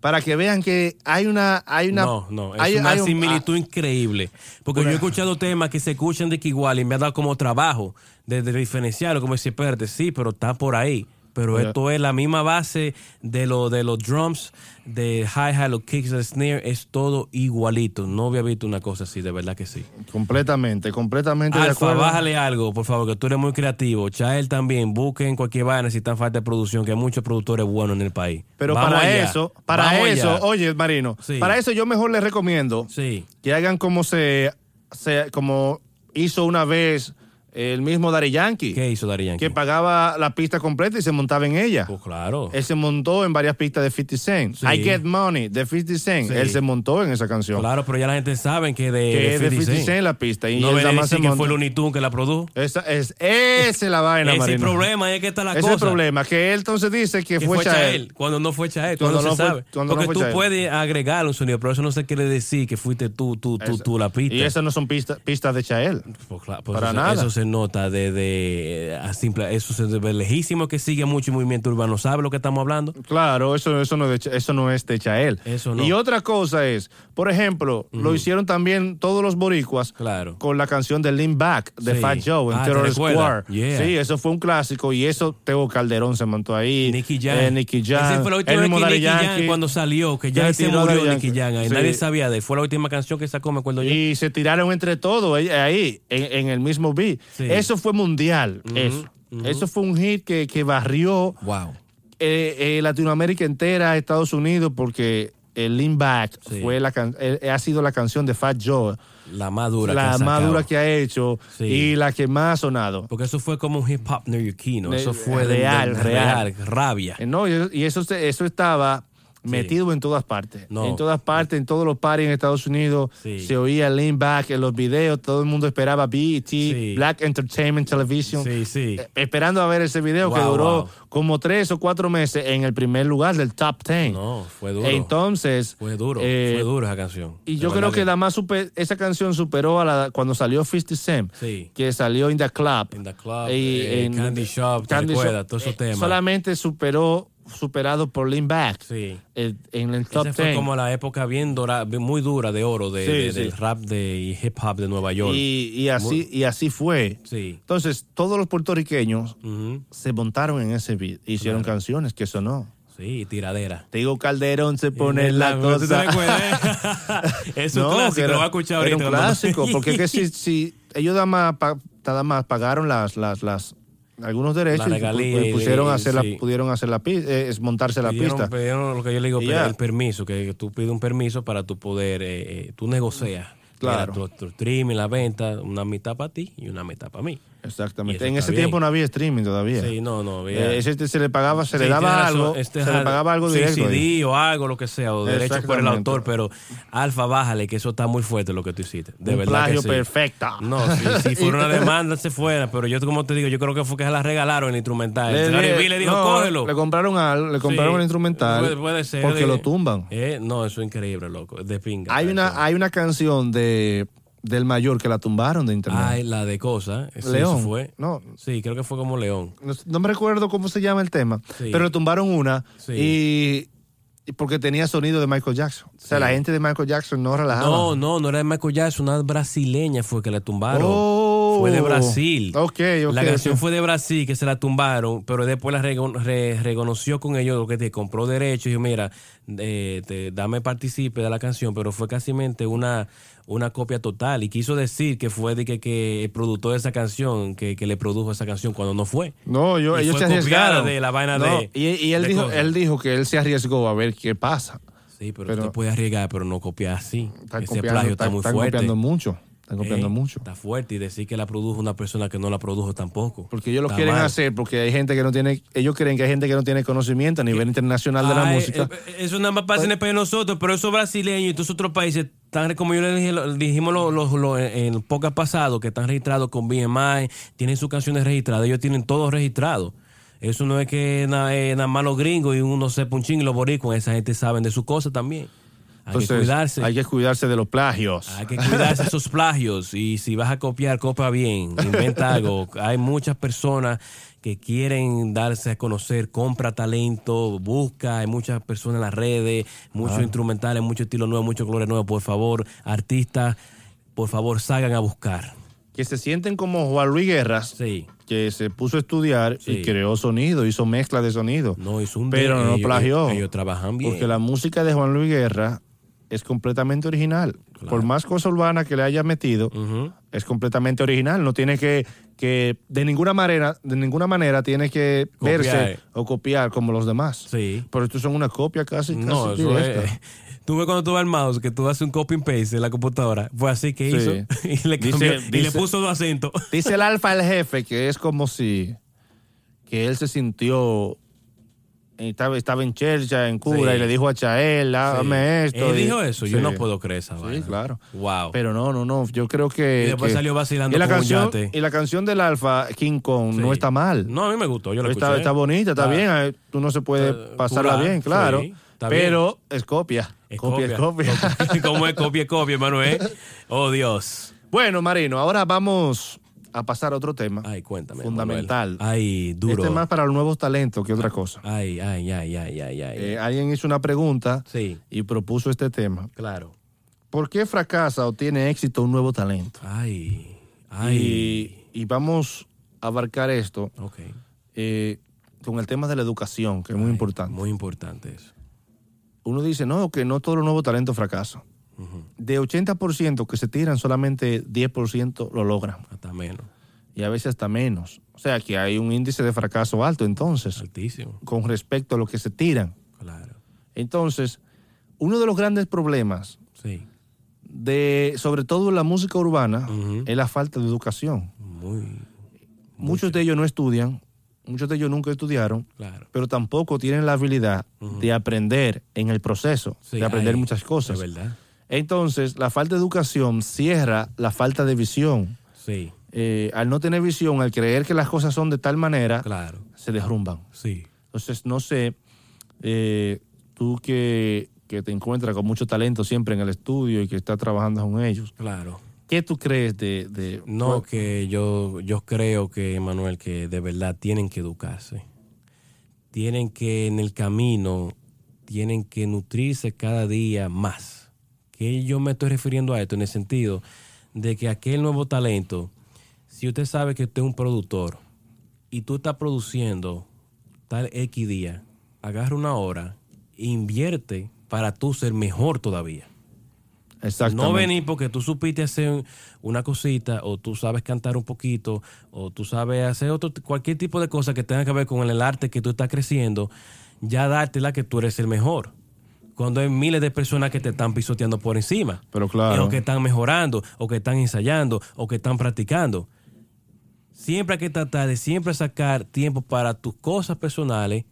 S1: Para que vean que hay una... Hay una
S2: no, no, es
S1: hay-
S2: una
S1: hay un- ah.
S2: similitud increíble. Porque yo he escuchado temas que se escuchan de que igual y me ha dado como trabajo de, de diferenciarlo, como decir, espérate, sí, pero está por ahí. Pero
S1: Mira.
S2: esto es la misma base de, lo, de los drums, de hi-hat, los kicks, el snare, es todo igualito. No había visto una cosa así, de verdad que sí.
S1: ah, completamente, completamente de
S2: Alfa,
S1: acuerdo.
S2: bájale algo, por favor, que tú eres muy creativo. Chael también, busquen cualquier vaina si está en falta de producción, que hay muchos productores buenos en el país.
S1: Pero
S2: Vamos
S1: para
S2: allá,
S1: eso, para
S2: vamos
S1: eso,
S2: allá.
S1: oye, Marino,
S2: Sí.
S1: para eso yo mejor les recomiendo
S2: Sí,
S1: que hagan como se, se- como hizo una vez el mismo Daddy Yankee,
S2: ¿qué hizo Dari Yankee?
S1: que pagaba la pista completa y se montaba en ella.
S2: Pues claro.
S1: Él se montó en varias pistas de 50 Cent.
S2: Sí.
S1: I Get Money de 50 Cent.
S2: Sí.
S1: Él se montó en esa canción.
S2: Claro, pero ya la gente sabe que de,
S1: que
S2: de
S1: es de
S2: 50
S1: 50
S2: Cent.
S1: Cent la pista. Y
S2: No
S1: él
S2: ven a
S1: nada más
S2: decir
S1: se
S2: que
S1: monta.
S2: fue Looney Tunes que la produjo.
S1: Esa es, esa es la vaina,
S2: Ese es el
S1: Marino.
S2: problema, ahí es que está la
S1: Ese
S2: cosa.
S1: es el problema. Que él entonces dice que,
S2: Que fue
S1: Chael.
S2: Chael, cuando no fue Chael,
S1: Cuando
S2: cuando,
S1: no
S2: se
S1: fue-
S2: sabe.
S1: cuando no
S2: Porque
S1: fue
S2: tú
S1: Chael.
S2: puedes agregar un sonido, pero eso no se quiere decir que fuiste tú, tú, tú, tú la pista.
S1: Y esas no son pistas pistas de Chael.
S2: Pues claro, pues
S1: Para
S2: eso,
S1: nada.
S2: eso se nota de, de- a simple, eso se ve lejísimo que sigue mucho movimiento urbano. ¿Sabe lo que estamos hablando?
S1: Claro, eso, eso, no, es de Ch- eso no es de Chael.
S2: Eso no.
S1: Y otra cosa es, por ejemplo, lo hicieron también todos los boricuas
S2: Claro.
S1: con la canción de Lean Back de
S2: Sí.
S1: Fat Joe en
S2: Ah, ¿te
S1: Terror Square.
S2: recuerdas? Yeah.
S1: Sí, eso fue un clásico y eso Tego Calderón se montó ahí.
S2: Nicky Jam.
S1: Eh, Nicky Jam.
S2: Ese fue la última
S1: el
S2: vez
S1: mismo
S2: que
S1: Daddy
S2: Nicky Jam
S1: Yankee.
S2: cuando salió, que ya
S1: Se
S2: se
S1: retiró
S2: murió
S1: Daddy
S2: Nicky
S1: Yankee.
S2: Jam. ahí
S1: Sí.
S2: Nadie sabía de él. Fue la última canción que sacó, me acuerdo yo.
S1: Y se tiraron entre todos eh, ahí, en, en el mismo beat.
S2: Sí.
S1: Eso fue mundial, eso. Eso fue un hit que, que barrió
S2: Wow.
S1: eh, eh, Latinoamérica entera, Estados Unidos, porque el Lean Back
S2: Sí.
S1: fue la can- eh, ha sido la canción de Fat Joe,
S2: La más dura que
S1: la más
S2: ha sacado.
S1: dura que ha hecho
S2: Sí.
S1: y la que más ha sonado.
S2: Porque eso fue como un hip hop neoyorquino.
S1: Ne-
S2: Eso fue de-
S1: real,
S2: de-
S1: real.
S2: rabia.
S1: Eh, No, y eso- y eso, se- eso estaba metido en todas partes.
S2: No.
S1: En todas partes, en todos los parties en Estados Unidos,
S2: Sí.
S1: se oía Lean Back en los videos, todo el mundo esperaba BET,
S2: Sí.
S1: Black Entertainment Television.
S2: Sí, sí.
S1: eh, Esperando a ver ese video que
S2: Wow,
S1: duró
S2: wow.
S1: como tres o cuatro meses en el primer lugar del top ten.
S2: No, fue duro.
S1: Entonces,
S2: fue duro.
S1: eh,
S2: fue duro esa canción.
S1: Y
S2: De
S1: yo
S2: verdad
S1: creo que además super- esa canción superó a la cuando salió 50 Cent,
S2: Sí.
S1: que salió In the Club.
S2: In the Club, eh, Candy Shop, ¿te
S1: Candy eh,
S2: recuerdas? Todos esos temas.
S1: Solamente superó, superado por Lean Back
S2: Sí.
S1: eh, en el top
S2: Esa fue
S1: 10.
S2: como la época bien dura, muy dura de oro de,
S1: Sí,
S2: de-
S1: sí.
S2: del rap de, y hip hop de Nueva York.
S1: Y, y así, y así fue.
S2: Sí.
S1: Entonces, todos los puertorriqueños
S2: Ujú.
S1: se montaron en ese beat, hicieron canciones que sonó.
S2: Sí, tiradera.
S1: Te digo, Calderón se pone la
S2: ¿Tú te
S1: cosa.
S2: recuerdas? [laughs] es un clásico,
S1: que era-
S2: lo voy a escuchar
S1: era
S2: ahorita.
S1: un
S2: cuando- [laughs]
S1: clásico, porque es que si, si ellos nada más, pa- nada más pagaron las, las, las algunos derechos
S2: La
S1: y pu-
S2: regalía
S1: y
S2: y-
S1: pusieron
S2: y-
S1: hacer la,
S2: sí.
S1: pudieron hacer la pista, eh, montarse la
S2: Pidieron,
S1: pista.
S2: pidieron lo que yo le digo,
S1: Y
S2: pero
S1: ya.
S2: el permiso, que tú pides un permiso para tu poder, eh, eh, tú negocias
S1: Claro.
S2: Era tu, tu streaming, la venta, una mitad para ti y una mitad para mí.
S1: Exactamente.
S2: Y eso
S1: En
S2: está
S1: ese
S2: bien.
S1: tiempo no había streaming todavía.
S2: Sí, no, no. había-
S1: Eh, ese se le pagaba, se le
S2: Sí,
S1: daba
S2: tienes razón,
S1: algo,
S2: este
S1: se le
S2: al-
S1: pagaba algo
S2: sí,
S1: directo. ahí.
S2: CD o algo, lo que sea, o derechos por el
S1: Exactamente.
S2: autor, pero alfa, bájale, que eso está muy fuerte lo que tú hiciste. De
S1: Un
S2: verdad que
S1: plagio
S2: sí.
S1: perfecto.
S2: No, si,
S1: [laughs]
S2: si fuera una demanda, se fuera, pero yo, como te digo, yo creo que fue que se la regalaron el instrumental.
S1: Le-
S2: El Larry
S1: le-
S2: B le dijo,
S1: no,
S2: cógelo.
S1: Le compraron, al, le compraron
S2: Sí,
S1: el instrumental
S2: puede- puede ser,
S1: porque
S2: de-
S1: lo tumban.
S2: Eh, no, eso es increíble, loco. De pinga.
S1: Hay una, hay una canción de del mayor que la tumbaron de internet.
S2: Ay, la de cosa. Sí, eso
S1: León.
S2: fue.
S1: No,
S2: Sí, creo que fue como León.
S1: no, no me recuerdo cómo se llama el tema,
S2: Sí.
S1: pero le tumbaron una
S2: Sí.
S1: y, y porque tenía sonido de Michael Jackson. O sea,
S2: Sí.
S1: la gente de Michael Jackson no relajaba.
S2: No, no, no era de Michael Jackson, una brasileña fue que la tumbaron.
S1: Oh.
S2: fue de Brasil.
S1: Ok, ok,
S2: La canción
S1: ok.
S2: fue de Brasil que se la tumbaron, pero después la reco- re- reconoció con ellos lo que te compró derechos y dijo, mira, eh, te- dame participe de la canción, pero fue casi una, una copia total y quiso decir que fue de que, que el productor de esa canción, que, que le produjo esa canción cuando no fue.
S1: No, yo,
S2: Y
S1: ellos
S2: fue
S1: se arriesgaron.
S2: copiada de la vaina
S1: No,
S2: de-
S1: y, y él
S2: de
S1: dijo,
S2: cosas.
S1: él dijo que él se arriesgó a ver qué pasa.
S2: Sí, pero,
S1: Pero-
S2: tú te puedes arriesgar, pero no copiar así.
S1: Están
S2: Ese
S1: copiando,
S2: plagio está,
S1: están-
S2: muy
S1: están
S2: fuerte.
S1: copiando mucho. Están copiando
S2: Eh,
S1: mucho.
S2: Está fuerte y decir que la produjo una persona que no la produjo tampoco.
S1: Porque ellos lo
S2: Está
S1: quieren
S2: mal.
S1: hacer porque hay gente que no tiene, ellos creen que hay gente que no tiene conocimiento a nivel internacional de la
S2: Ay,
S1: música.
S2: eh, Eso nada más pasa en el país de nosotros, pero esos brasileños y todos esos otros países, tan como yo les dije, lo- dijimos los los- los- en el podcast pasado, que están registrados con BMI, tienen sus canciones registradas, ellos tienen todo registrado. Eso no es que na- eh, nada más los gringos y uno sepa un chingo y los boricuas, esa gente saben de sus cosas también. Hay
S1: Entonces,
S2: que cuidarse.
S1: Hay que cuidarse de los plagios.
S2: Hay que
S1: [laughs]
S2: cuidarse esos plagios y si vas a copiar, copia bien, inventa algo. Hay muchas personas que quieren darse a conocer, compra talento, busca, hay muchas personas en las redes, muchos
S1: Ah.
S2: instrumentales, muchos estilos nuevos, muchos colores nuevos, por favor, artistas, por favor, salgan a buscar.
S1: Que se sienten como Juan Luis Guerras,
S2: Sí.
S1: que se puso a estudiar
S2: Sí.
S1: y creó sonido, hizo mezcla de sonido.
S2: No, es un
S1: Pero no
S2: ellos-
S1: plagió.
S2: Ellos, trabajan bien.
S1: Porque la música de Juan Luis Guerra es completamente original. Por más cosa urbana que le haya metido,
S2: Ujú.
S1: es completamente original. No tiene que, que de ninguna manera, de ninguna manera tiene que
S2: Copiar.
S1: verse o copiar como los demás.
S2: Sí.
S1: Pero estos son una copia casi, casi
S2: No, eso
S1: directa.
S2: es. [laughs] Tú ves cuando tú vas al mouse que tú haces un copy and paste en la computadora. Fue así que
S1: Sí.
S2: hizo. [laughs] Y le,
S1: Dice-
S2: cambió, y le
S1: dice-
S2: puso dos acentos.
S1: Dice el alfa el jefe que es como si que él se sintió estaba, estaba en Chercha, en Cuba,
S2: Sí.
S1: y le dijo a Chael, dame
S2: Sí.
S1: esto.
S2: Él
S1: y-
S2: dijo eso, yo
S1: Sí.
S2: no puedo creer esa
S1: Sí,
S2: vaina.
S1: claro.
S2: Wow.
S1: Pero no, no, no. Yo creo que.
S2: Y después
S1: que-
S2: salió vacilando
S1: y la
S2: con un
S1: canción,
S2: yate.
S1: Y la canción del Alfa, King Kong,
S2: Sí.
S1: no está mal.
S2: no, a mí me gustó, yo la
S1: está,
S2: escuché.
S1: está bonita, está
S2: Ah,
S1: bien. eh, Tú no se puede
S2: está-
S1: pasarla
S2: pura,
S1: bien, claro.
S2: sí, está bien.
S1: pero es copia.
S2: Es
S1: copia, es copia.
S2: [laughs] ¿Cómo es copia, es copia, Manuel? Oh, Dios.
S1: [laughs] bueno, Marino, ahora vamos a pasar a otro tema.
S2: Ay, cuéntame.
S1: Fundamental.
S2: Manuel. Ay, duro.
S1: Este es más para los nuevos talentos que otra cosa.
S2: Ay, ay, ay, ay, ay, ay.
S1: Eh, alguien hizo una pregunta
S2: sí,
S1: y propuso este tema.
S2: claro.
S1: ¿Por qué fracasa o tiene éxito un nuevo talento?
S2: Ay, ay.
S1: Y, y vamos a abarcar esto
S2: ok.
S1: eh, con el tema de la educación, que es muy
S2: Ay,
S1: importante.
S2: Muy importante eso.
S1: Uno dice, no, que no todos los nuevos talentos fracasan. De 80% que se tiran, solamente 10% lo logran.
S2: Hasta menos.
S1: Y a veces hasta menos. O sea que hay un índice de fracaso alto entonces,
S2: Altísimo.
S1: con respecto a lo que se tiran.
S2: Claro.
S1: Entonces, uno de los grandes problemas
S2: Sí.
S1: de, sobre todo en la música urbana,
S2: Ujú.
S1: es la falta de educación.
S2: Muy.
S1: Muchos de ellos no estudian, muchos de ellos nunca estudiaron,
S2: Claro.
S1: pero tampoco tienen la habilidad de aprender en el proceso,
S2: Sí,
S1: de aprender
S2: ay,
S1: muchas cosas.
S2: De verdad.
S1: Entonces, la falta de educación cierra la falta de visión.
S2: Sí.
S1: Eh, al no tener visión, al creer que las cosas son de tal manera,
S2: Claro.
S1: se derrumban.
S2: Sí.
S1: Entonces, no sé, eh, tú que, que te encuentras con mucho talento siempre en el estudio y que estás trabajando con ellos,
S2: Claro.
S1: ¿qué tú crees de... de-
S2: No, que yo, yo creo que, Manuel, que de verdad tienen que educarse. Tienen que en el camino, tienen que nutrirse cada día más. Que yo me estoy refiriendo a esto en el sentido de que aquel nuevo talento, si usted sabe que usted es un productor y tú estás produciendo tal X día, agarra una hora, e invierte para tú ser mejor todavía.
S1: Exactamente.
S2: No venir porque tú supiste hacer una cosita, o tú sabes cantar un poquito, o tú sabes hacer otro, cualquier tipo de cosa que tenga que ver con el arte que tú estás creciendo, ya dártela que tú eres el mejor. cuando hay miles de personas que te están pisoteando por encima.
S1: Pero claro.
S2: O que están mejorando, o que están ensayando, o que están practicando. Siempre hay que tratar de siempre sacar tiempo para tus cosas personales,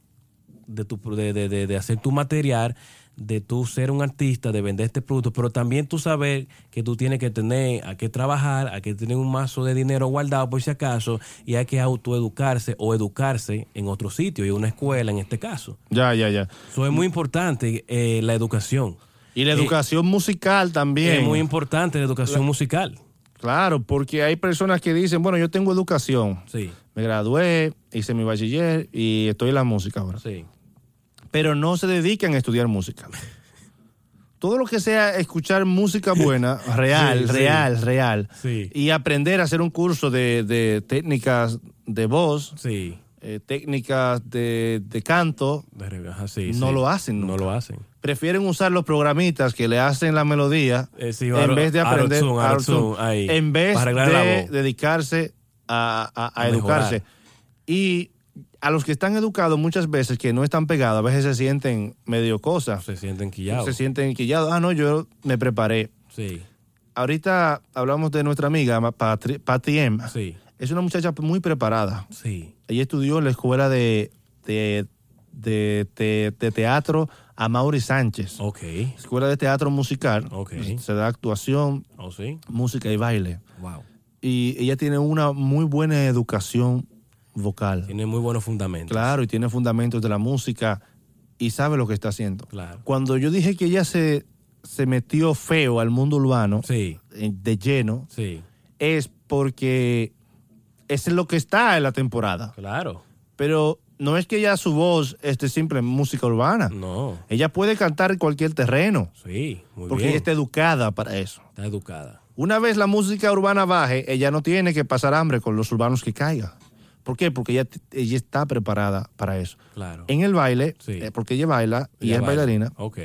S2: de, tu, de, de- de- de hacer tu material, de tú ser un artista, de vender este producto, pero también tú saber que tú tienes que tener a qué trabajar, a que tener un mazo de dinero guardado por si acaso, y hay que autoeducarse o educarse en otro sitio, y una escuela en este caso.
S1: Ya, ya, ya.
S2: Eso es muy importante, eh, la educación.
S1: Y la educación musical también.
S2: Eh, Es muy importante la educación musical.
S1: Claro, porque hay personas que dicen, bueno, yo tengo educación.
S2: Sí,
S1: Me gradué, hice mi bachiller y estoy en la música ahora.
S2: sí.
S1: Pero no se dedican a estudiar
S2: [laughs]
S1: música. Todo lo que sea escuchar música buena, real,
S2: [laughs] Sí, sí.
S1: real, real.
S2: Sí.
S1: Y aprender a hacer un curso de, de técnicas de voz,
S2: Sí.
S1: eh, técnicas de, de canto.
S2: De re- ajá, sí,
S1: No
S2: sí.
S1: lo hacen
S2: No
S1: nunca.
S2: lo hacen.
S1: Prefieren usar los programitas que le hacen la melodía
S2: Eh, sí,
S1: en
S2: Aro-
S1: vez de aprender
S2: Arotzoom, Arotzoom,
S1: Arotzoom,
S2: ahí,
S1: en vez
S2: para arreglar la
S1: de
S2: voz.
S1: dedicarse a, a- a
S2: A mejorar.
S1: educarse. Y a los que están educados muchas veces, que no están pegados, a veces se sienten medio cosas,
S2: Se sienten quillados.
S1: se sienten quillados. Ah, no, yo me preparé.
S2: Sí,
S1: Ahorita hablamos de nuestra amiga Ma- Patri- Patty M.
S2: sí,
S1: Es una muchacha muy preparada.
S2: sí.
S1: Ella estudió en la escuela de, de, de- de- de teatro a Mauri Sánchez.
S2: Ok.
S1: Escuela de teatro musical.
S2: Ok.
S1: Se da actuación,
S2: ¿Oh, sí?
S1: música y baile.
S2: Wow.
S1: Y ella tiene una muy buena educación vocal.
S2: Tiene muy buenos fundamentos.
S1: Claro, y tiene fundamentos de la música y sabe lo que está haciendo.
S2: Claro.
S1: Cuando yo dije que ella se, se metió feo al mundo urbano
S2: Sí,
S1: eh, de lleno,
S2: sí.
S1: es porque es lo que está en la temporada.
S2: Claro.
S1: Pero no es que ya su voz esté simple en música urbana.
S2: No.
S1: Ella puede cantar en cualquier terreno,
S2: Sí, muy
S1: porque este-
S2: bien.
S1: ella está educada para eso.
S2: Está educada.
S1: Una vez la música urbana baje, ella no tiene que pasar hambre con los urbanos que caigan. ¿Por qué? Porque ella, ella está preparada para eso.
S2: Claro.
S1: En el baile,
S2: Sí.
S1: eh, porque ella baila y
S2: Ella
S1: es
S2: baila.
S1: bailarina.
S2: Ok.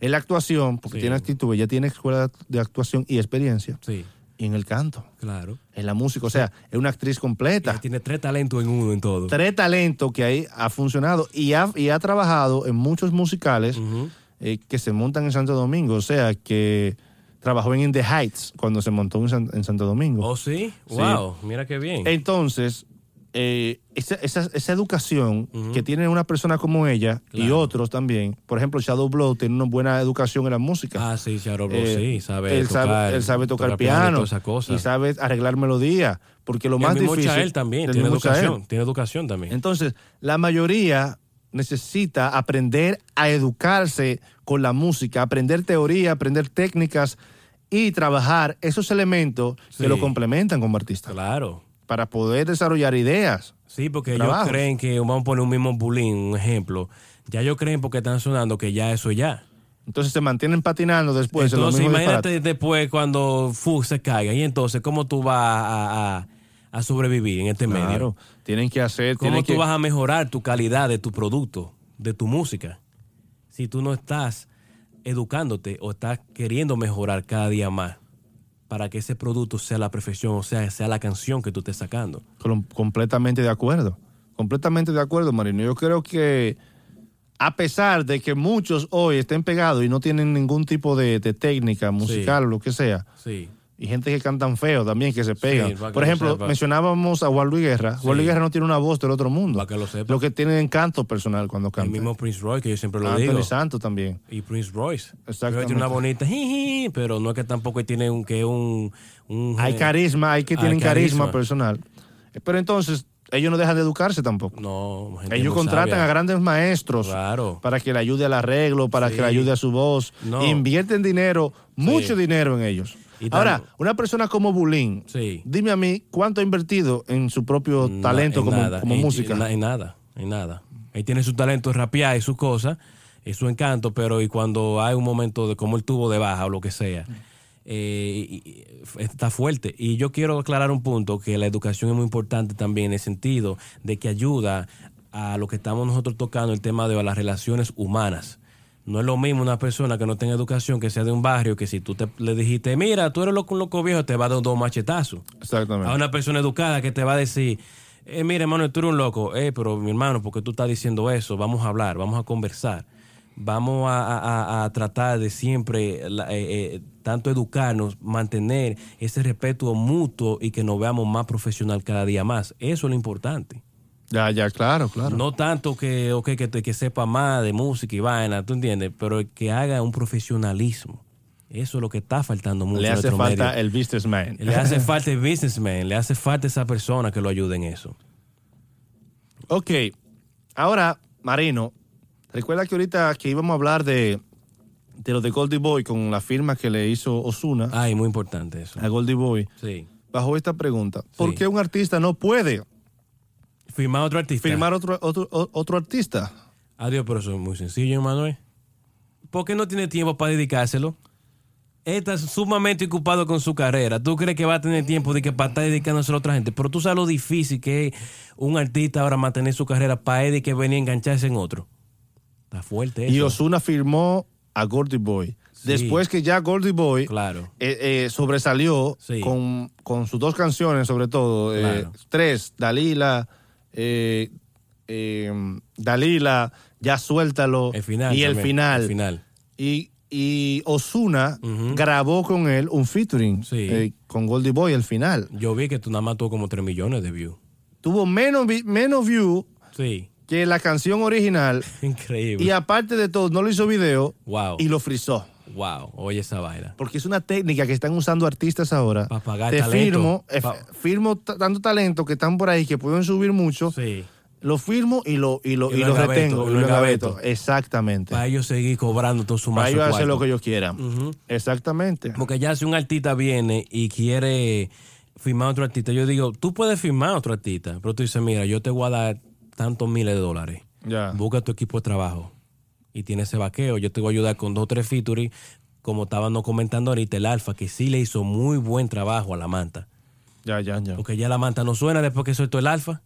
S1: En la actuación, porque
S2: Sí.
S1: tiene actitud, ella tiene escuela de actuación y experiencia.
S2: Sí,
S1: Y en el canto,
S2: claro.
S1: en la música, o sea, es una actriz
S2: Ella
S1: completa.
S2: tiene tres talentos en uno en todo.
S1: Tres talentos que ahí ha funcionado y ha, y ha trabajado en muchos musicales
S2: Ujú.
S1: eh, que se montan en Santo Domingo. O sea, que trabajó en In the Heights cuando se montó en, San- en Santo Domingo.
S2: ¿Oh, sí?
S1: Sí.
S2: Wow. Mira qué bien.
S1: Entonces, eh, esa, esa- esa educación
S2: Ujú.
S1: que tiene una persona como ella y
S2: Claro.
S1: otros también, por ejemplo, Shadow Blow tiene una buena educación en la música.
S2: Ah, sí, Charo
S1: Eh,
S2: sí, sabe
S1: él
S2: tocar.
S1: sabe, él sabe tocar, piano,
S2: y todas esas cosas.
S1: y sabe arreglar melodía, porque lo
S2: El
S1: más
S2: mismo
S1: difícil
S2: Chael también
S1: del
S2: tiene
S1: mismo Chael.
S2: educación, tiene educación también.
S1: Entonces, la mayoría necesita aprender a educarse con la música, aprender teoría, aprender técnicas y trabajar esos elementos
S2: Sí.
S1: que lo complementan como artista
S2: Claro.
S1: para poder desarrollar ideas.
S2: Sí, porque
S1: Trabajos.
S2: ellos creen que vamos a poner un mismo bullying, un ejemplo. Ya ellos creen porque están sonando que ya eso ya.
S1: Entonces se mantienen patinando después. en los
S2: entonces,
S1: mismos
S2: imagínate
S1: disparates.
S2: después cuando fu, se caiga. Y entonces, ¿cómo tú vas a, a- a sobrevivir en este medio?
S1: Claro, tienen que hacer.
S2: ¿Cómo
S1: tienen
S2: tú
S1: que-
S2: vas a mejorar tu calidad de tu producto, de tu música? Si tú no estás educándote o estás queriendo mejorar cada día más para que ese producto sea la perfección, o sea, sea la canción que tú estés sacando.
S1: Com- completamente de acuerdo. Completamente de acuerdo, Marino. Yo creo que a pesar de que muchos hoy estén pegados y no tienen ningún tipo de, de técnica musical o lo que sea,
S2: Sí,
S1: y gente que cantan feo también, que se pegan.
S2: para que
S1: Por
S2: lo
S1: ejemplo,
S2: sepa.
S1: mencionábamos a Juan Luis Guerra. Juan Luis Guerra no tiene una voz del otro mundo.
S2: para que lo sepas.
S1: Lo que tiene encanto personal cuando
S2: El
S1: canta.
S2: mismo Prince Royce, que yo siempre lo
S1: Anthony
S2: digo.
S1: Santos también.
S2: Y Prince Royce.
S1: Exactamente.
S2: Pero tiene una bonita, jiji, pero no es que tampoco tiene un, que un, un-
S1: Hay carisma, hay que
S2: Eh, Hay
S1: tienen carisma.
S2: carisma.
S1: personal. Eh, Pero entonces, ellos no dejan de educarse tampoco.
S2: No, gente
S1: Ellos
S2: muy
S1: contratan
S2: sabia.
S1: a grandes maestros
S2: Claro.
S1: para que le ayude al arreglo, para que le ayude a su voz.
S2: No.
S1: Invierten dinero, mucho dinero en ellos.
S2: Y tam-
S1: Ahora, una persona como Bulín,
S2: Sí.
S1: dime a mí, ¿cuánto ha invertido en su propio
S2: Na-
S1: talento
S2: en
S1: como,
S2: nada,
S1: como
S2: en-
S1: música?
S2: En, na- en nada, en nada. Él tiene su talento de rapear y sus cosas, y su encanto, pero y cuando hay un momento de como el tubo de baja o lo que sea, eh, y- y- está fuerte. Y yo quiero aclarar un punto, que la educación es muy importante también en el sentido de que ayuda a lo que estamos nosotros tocando, el tema de las relaciones humanas. No es lo mismo una persona que no tenga educación, que sea de un barrio, que si tú te, le dijiste, mira, tú eres loco, un loco viejo, te va a dar dos machetazos
S1: Exactamente.
S2: a una persona educada que te va a decir, eh, mira hermano, tú eres un loco, eh, pero mi hermano, porque tú estás diciendo eso? Vamos a hablar, vamos a conversar. vamos a, a- a- a tratar de siempre, la- eh, eh, tanto educarnos, mantener ese respeto mutuo y que nos veamos más profesional cada día más. Eso es lo importante.
S1: Ya, ya, claro, claro.
S2: No tanto que, ok, que, te- que sepa más de música y vaina, ¿tú entiendes? Pero que haga un profesionalismo. Eso es lo que está faltando mucho.
S1: Le
S2: en
S1: hace
S2: nuestro
S1: falta
S2: medio.
S1: el businessman. [laughs]
S2: Le hace falta el businessman, le hace falta esa persona que lo ayude en eso.
S1: Ok, ahora, Marino, recuerda que ahorita que íbamos a hablar de, de lo de Goldie Boy con la firma que le hizo Osuna
S2: Ay, muy importante eso.
S1: a Goldie Boy.
S2: Sí.
S1: Bajo esta pregunta, ¿por
S2: Sí.
S1: qué un artista no puede
S2: Firmar otro artista.
S1: firmar otro, otro, o- otro artista?
S2: Adiós, pero eso es muy sencillo, Manuel. ¿Por qué no tiene tiempo para dedicárselo? Él está sumamente ocupado con su carrera. ¿Tú crees que va a tener tiempo de que para estar dedicándose a otra gente? Pero tú sabes lo difícil que es un artista ahora mantener su carrera para él y que venir a engancharse en otro. Está fuerte eso.
S1: Y Osuna firmó a Goldie Boy.
S2: Sí.
S1: Después que ya Goldie Boy
S2: Claro.
S1: eh, eh, sobresalió
S2: Sí.
S1: con, con sus dos canciones, sobre todo. eh,
S2: Claro.
S1: tres, Dalila, eh, eh, Dalila, Ya Suéltalo.
S2: El final.
S1: y el
S2: también,
S1: final.
S2: El final.
S1: Y, y Osuna
S2: Ujú.
S1: grabó con él un featuring
S2: Sí.
S1: eh, con Goldie Boy al final.
S2: Yo vi que tú nada más tuvo como 3 millones de views.
S1: Tuvo menos, vi- menos view
S2: Sí.
S1: que la canción original.
S2: [laughs] Increíble.
S1: Y aparte de todo, no lo hizo video
S2: pues. Wow.
S1: y lo frizó.
S2: Wow. Oye esa vaina.
S1: Porque es una técnica que están usando artistas ahora.
S2: Pa' pagar
S1: Te
S2: talento.
S1: firmo, eh,
S2: Pa-
S1: firmo t- tanto talento que están por ahí que pueden subir mucho.
S2: Sí.
S1: Lo firmo y lo, y lo,
S2: Y
S1: y
S2: lo
S1: lo
S2: engaveto,
S1: retengo.
S2: y
S1: Y
S2: lo
S1: lo engaveto.
S2: engaveto.
S1: Exactamente.
S2: Para ellos seguir cobrando todo su
S1: Para
S2: mazo
S1: ellos
S2: cuarto.
S1: hacer lo que ellos quieran. Exactamente.
S2: Porque ya si un artista viene y quiere firmar otro artista, yo digo, tú puedes firmar otro artista, pero tú dices, mira, yo te voy a dar tantos miles de dólares.
S1: Ya.
S2: Busca tu equipo de trabajo y tiene ese vaqueo. Yo te voy a ayudar con dos o tres featuring, como estábamos comentando ahorita, el Alfa, que sí le hizo muy buen trabajo a la manta.
S1: Ya, ya, ya.
S2: Porque ya la manta no suena después que soltó el Alfa,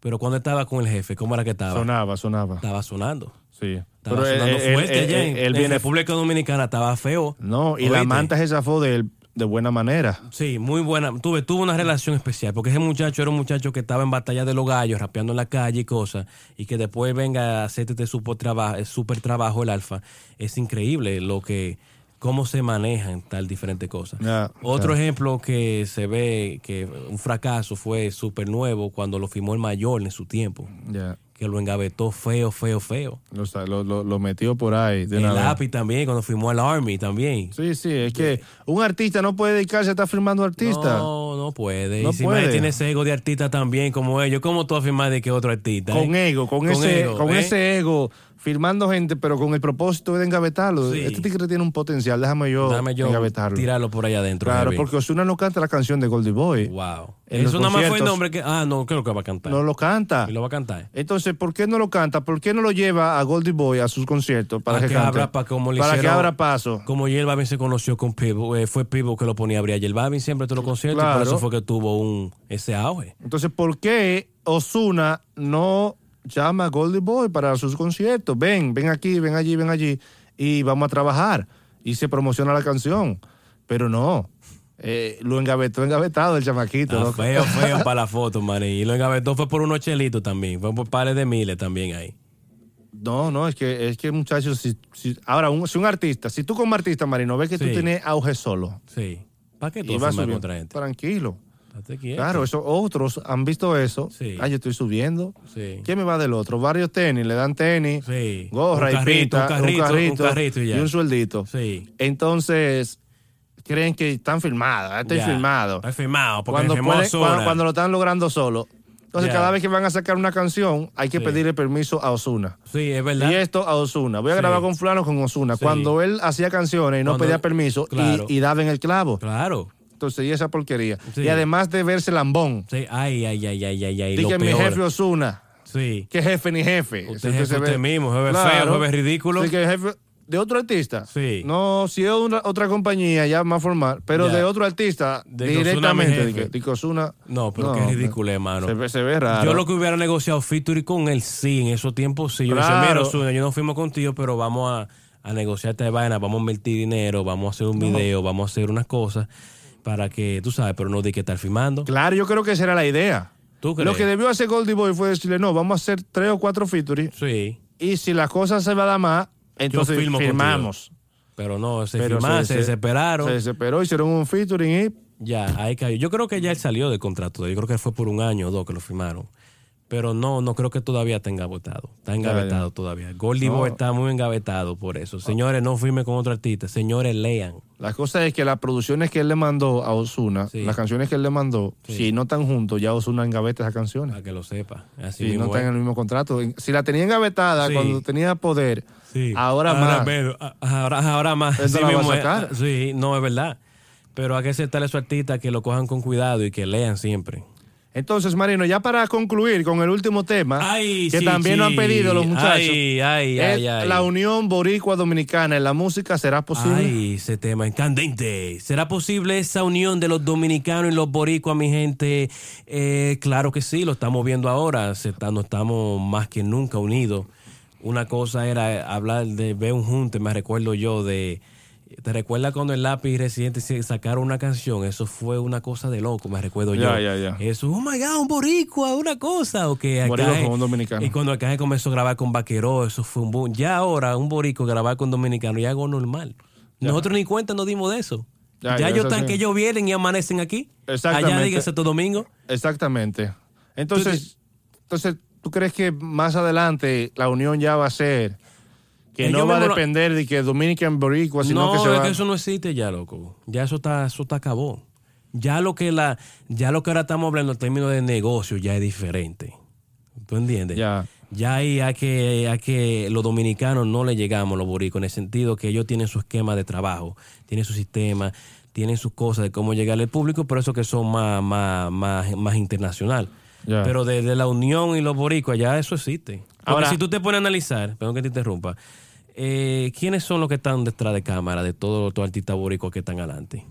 S2: pero cuando estaba con el jefe, ¿cómo era que estaba?
S1: Sonaba, sonaba.
S2: Estaba sonando.
S1: Sí.
S2: Estaba sonando
S1: él- él-
S2: fuerte
S1: él-
S2: allá
S1: él-
S2: en,
S1: él
S2: en
S1: viene.
S2: República Dominicana, estaba feo.
S1: No, y la
S2: ¿Oíste?
S1: manta se zafó de él de buena manera.
S2: Sí, muy buena. Tuve, tuve una relación especial, porque ese muchacho era un muchacho que estaba en batalla de los gallos, rapeando en la calle y cosas, y que después venga a hacerte este super trabajo, super trabajo el alfa. Es increíble lo que, cómo se manejan tal diferentes cosas.
S1: Ya,
S2: Otro ejemplo que se ve que un fracaso fue súper nuevo cuando lo firmó el mayor en su tiempo,
S1: Ya.
S2: que lo engavetó feo, feo, feo.
S1: Lo, sa- lo- lo- lo metió por ahí. De
S2: el
S1: una vez.
S2: lápiz también, cuando firmó el Army también.
S1: Sí, sí, es que un artista no puede dedicarse a estar firmando artistas.
S2: No, no puede.
S1: No
S2: y si madre,
S1: puede.
S2: tiene ese ego de artista también como ellos, ¿cómo tú afirmas de que otro artista?
S1: Con
S2: eh?
S1: ego, con, ese,
S2: ego,
S1: con
S2: ¿eh?
S1: ese ego, firmando gente, pero con el propósito de engavetarlo.
S2: Sí.
S1: Este tigre tiene un potencial, déjame yo,
S2: Dame yo
S1: engavetarlo.
S2: tirarlo por allá adentro.
S1: claro,
S2: heavy.
S1: porque Osuna no canta la canción de Goldie Boy.
S2: Wow.
S1: en los
S2: Eso nada más fue el
S1: conciertos-
S2: nombre que. Ah, no, creo que va a cantar.
S1: No lo canta.
S2: Y lo va a cantar.
S1: Entonces, ¿por qué no lo canta? ¿Por qué no lo lleva a Goldie Boy a sus conciertos para,
S2: Para que
S1: cante?
S2: abra, para como le
S1: Para que
S2: hicieron-
S1: abra paso.
S2: Como J Balvin se conoció con Pivo, eh, fue Pivo que lo ponía a abrir a J Balvin siempre en todos los conciertos, y
S1: Claro.
S2: por eso fue que tuvo un ese auge.
S1: Entonces, ¿por qué Osuna no llama a Goldie Boy para sus conciertos? Ven, ven aquí, ven allí, ven allí y vamos a trabajar. Y se promociona la canción. Pero no, eh, lo engavetó, engavetado el chamaquito.
S2: Está
S1: loco.
S2: Ah, feo, feo para la foto, maní. Y lo engavetó fue por unos chelitos también, fue por pares de miles también ahí.
S1: No, no, es que, es que muchachos, si, si- ahora, un, si un artista, si tú como artista, Marino, ves que tú
S2: Sí.
S1: tienes auge solo
S2: Sí. ¿Para qué
S1: y
S2: tú
S1: vas
S2: firmas
S1: subiendo,
S2: contra gente?
S1: tranquilo.
S2: Estate quieto.
S1: Claro, eso, otros han visto eso.
S2: Sí.
S1: Ah, yo estoy subiendo.
S2: Sí.
S1: ¿Quién me va del otro? Varios tenis, le dan tenis.
S2: Sí.
S1: gorra
S2: Un
S1: y
S2: carrito,
S1: pita,
S2: un carrito,
S1: un carrito,
S2: un carrito y
S1: y,
S2: ya.
S1: un sueldito.
S2: Sí.
S1: Entonces, creen que están filmados, ah, estoy
S2: Ya.
S1: filmado.
S2: Estoy firmado porque
S1: Cuando,
S2: firmó
S1: pueden-
S2: Ozuna.
S1: cuando, cuando lo están logrando solo. Entonces,
S2: Ya.
S1: cada vez que van a sacar una canción, hay que
S2: Sí.
S1: pedirle permiso a Osuna.
S2: Sí, es
S1: Y
S2: verdad.
S1: esto a Osuna. Voy a
S2: Sí.
S1: grabar con Fulano con Osuna.
S2: Sí.
S1: Cuando él hacía canciones y no
S2: Cuando-
S1: pedía permiso y-
S2: Claro.
S1: y, daba en el clavo.
S2: Claro.
S1: Entonces, y esa porquería.
S2: Sí.
S1: Y además de verse lambón.
S2: Sí, ay, ay, ay, ay, ay, ay. Lo
S1: Dije mi
S2: peor.
S1: jefe Osuna.
S2: Sí.
S1: que jefe ni jefe.
S2: Usted
S1: Si
S2: jefe
S1: se
S2: usted mismo, jefe feo, jefe ridículo.
S1: Sí, que jefe de otro artista.
S2: Sí.
S1: No, si es una- otra compañía ya más formal, pero
S2: Ya.
S1: de otro artista
S2: De que Ozuna mi
S1: directamente.
S2: jefe.
S1: de que- de que Ozuna-
S2: No, pero qué ridículo, hermano.
S1: Se, ve- se ve raro.
S2: Yo lo que hubiera negociado featuring con él, sí, en esos tiempos sí. Yo
S1: Claro.
S2: decía, mira, Ozuna, yo no fuimos contigo, pero vamos a, a negociar esta vaina, vamos a invertir dinero, vamos a hacer un video, vamos a hacer unas cosas para que, tú sabes, pero no de que estar firmando.
S1: Claro, yo creo que esa era la idea.
S2: ¿Tú crees?
S1: Lo que debió hacer Goldie Boy fue decirle, no, vamos a hacer tres o cuatro featuring
S2: Sí,
S1: y si las cosas se van a dar más, Entonces
S2: firmo
S1: firmamos.
S2: Pero no, se
S1: Pero
S2: firmaron, se,
S1: des-
S2: desesperaron.
S1: Se desesperó, hicieron un featuring y
S2: Ya, ahí cayó. Yo creo que ya él salió del contrato. Yo creo que fue por un año o dos que lo firmaron. Pero no, no creo que todavía tenga votado. Está engavetado todavía. Goldie Boy
S1: No.
S2: está muy engavetado por eso. Señores, no firme con otro artista. Señores, lean.
S1: La cosa es que las producciones que él le mandó a Osuna,
S2: Sí.
S1: las canciones que él le mandó, si no están juntos, ya Osuna engaveta esas canciones.
S2: Para que lo sepa. Así
S1: Si no
S2: mismo
S1: están en
S2: es.
S1: el mismo contrato. Si la tenía engavetada
S2: Sí.
S1: cuando tenía poder,
S2: Sí. Ah,
S1: ahora, más.
S2: menos. A- ahora, ahora más.
S1: Él no la va a
S2: mismo es.
S1: sacar.
S2: Sí, no, es verdad. Pero hay que aceptar a su artista que lo cojan con cuidado y que lean siempre.
S1: Entonces, Marino, ya para concluir con el último tema,
S2: Ay,
S1: Ah, que
S2: sí,
S1: también
S2: sí.
S1: lo han pedido los muchachos,
S2: Ay, ay,
S1: es
S2: ay, ay.
S1: la unión boricua dominicana en la música será posible.
S2: Ay, ese tema es candente. ¿Será posible esa unión de los dominicanos y los boricuas, mi gente? Eh, claro que sí, lo estamos viendo ahora. Se está- nos estamos más que nunca unidos. Una cosa era hablar de ver un junte, me recuerdo yo de... ¿Te recuerdas cuando el lápiz y residente se- sacaron una canción? Eso fue una cosa de loco, me recuerdo
S1: Ya,
S2: yo.
S1: ya, ya.
S2: Eso, oh my God, un boricua, una cosa. o que acá
S1: Boricua
S2: es-
S1: con un dominicano.
S2: Y cuando acá comenzó a grabar con Vaqueró, eso fue un boom. Ya ahora un borico grabar con dominicano ya algo normal. Nosotros ni cuenta nos dimos de eso.
S1: Ya,
S2: Ya,
S1: ya,
S2: ellos
S1: eso
S2: están
S1: sí.
S2: que ellos vienen y amanecen aquí.
S1: Exactamente.
S2: Allá diga Santo Domingo.
S1: Exactamente. Entonces, entonces, ¿tú crees que más adelante la unión ya va a ser que
S2: Ellos
S1: no va a
S2: mismos lo-
S1: depender de que Dominican Boricua, sino
S2: no,
S1: Ah, que se
S2: es
S1: va...
S2: que eso no existe ya, loco. Ya eso está, eso está acabó. Ya lo que la, ya lo que ahora estamos hablando en términos de negocio ya es diferente. ¿Tú entiendes?
S1: Ya.
S2: Ya ahí a que, a que los dominicanos no le llegamos a los boricos, en el sentido que ellos tienen su esquema de trabajo, tienen su sistema, tienen sus cosas de cómo llegar al público, pero eso que son más, más, más, más internacional.
S1: Ya.
S2: Pero desde la unión y los boricos, ya eso existe. Porque
S1: Ahora-
S2: si tú te pones a analizar, perdón que te interrumpa, eh, ¿quiénes son los que están detrás de cámara de todos los todos los artistas boricos que están adelante?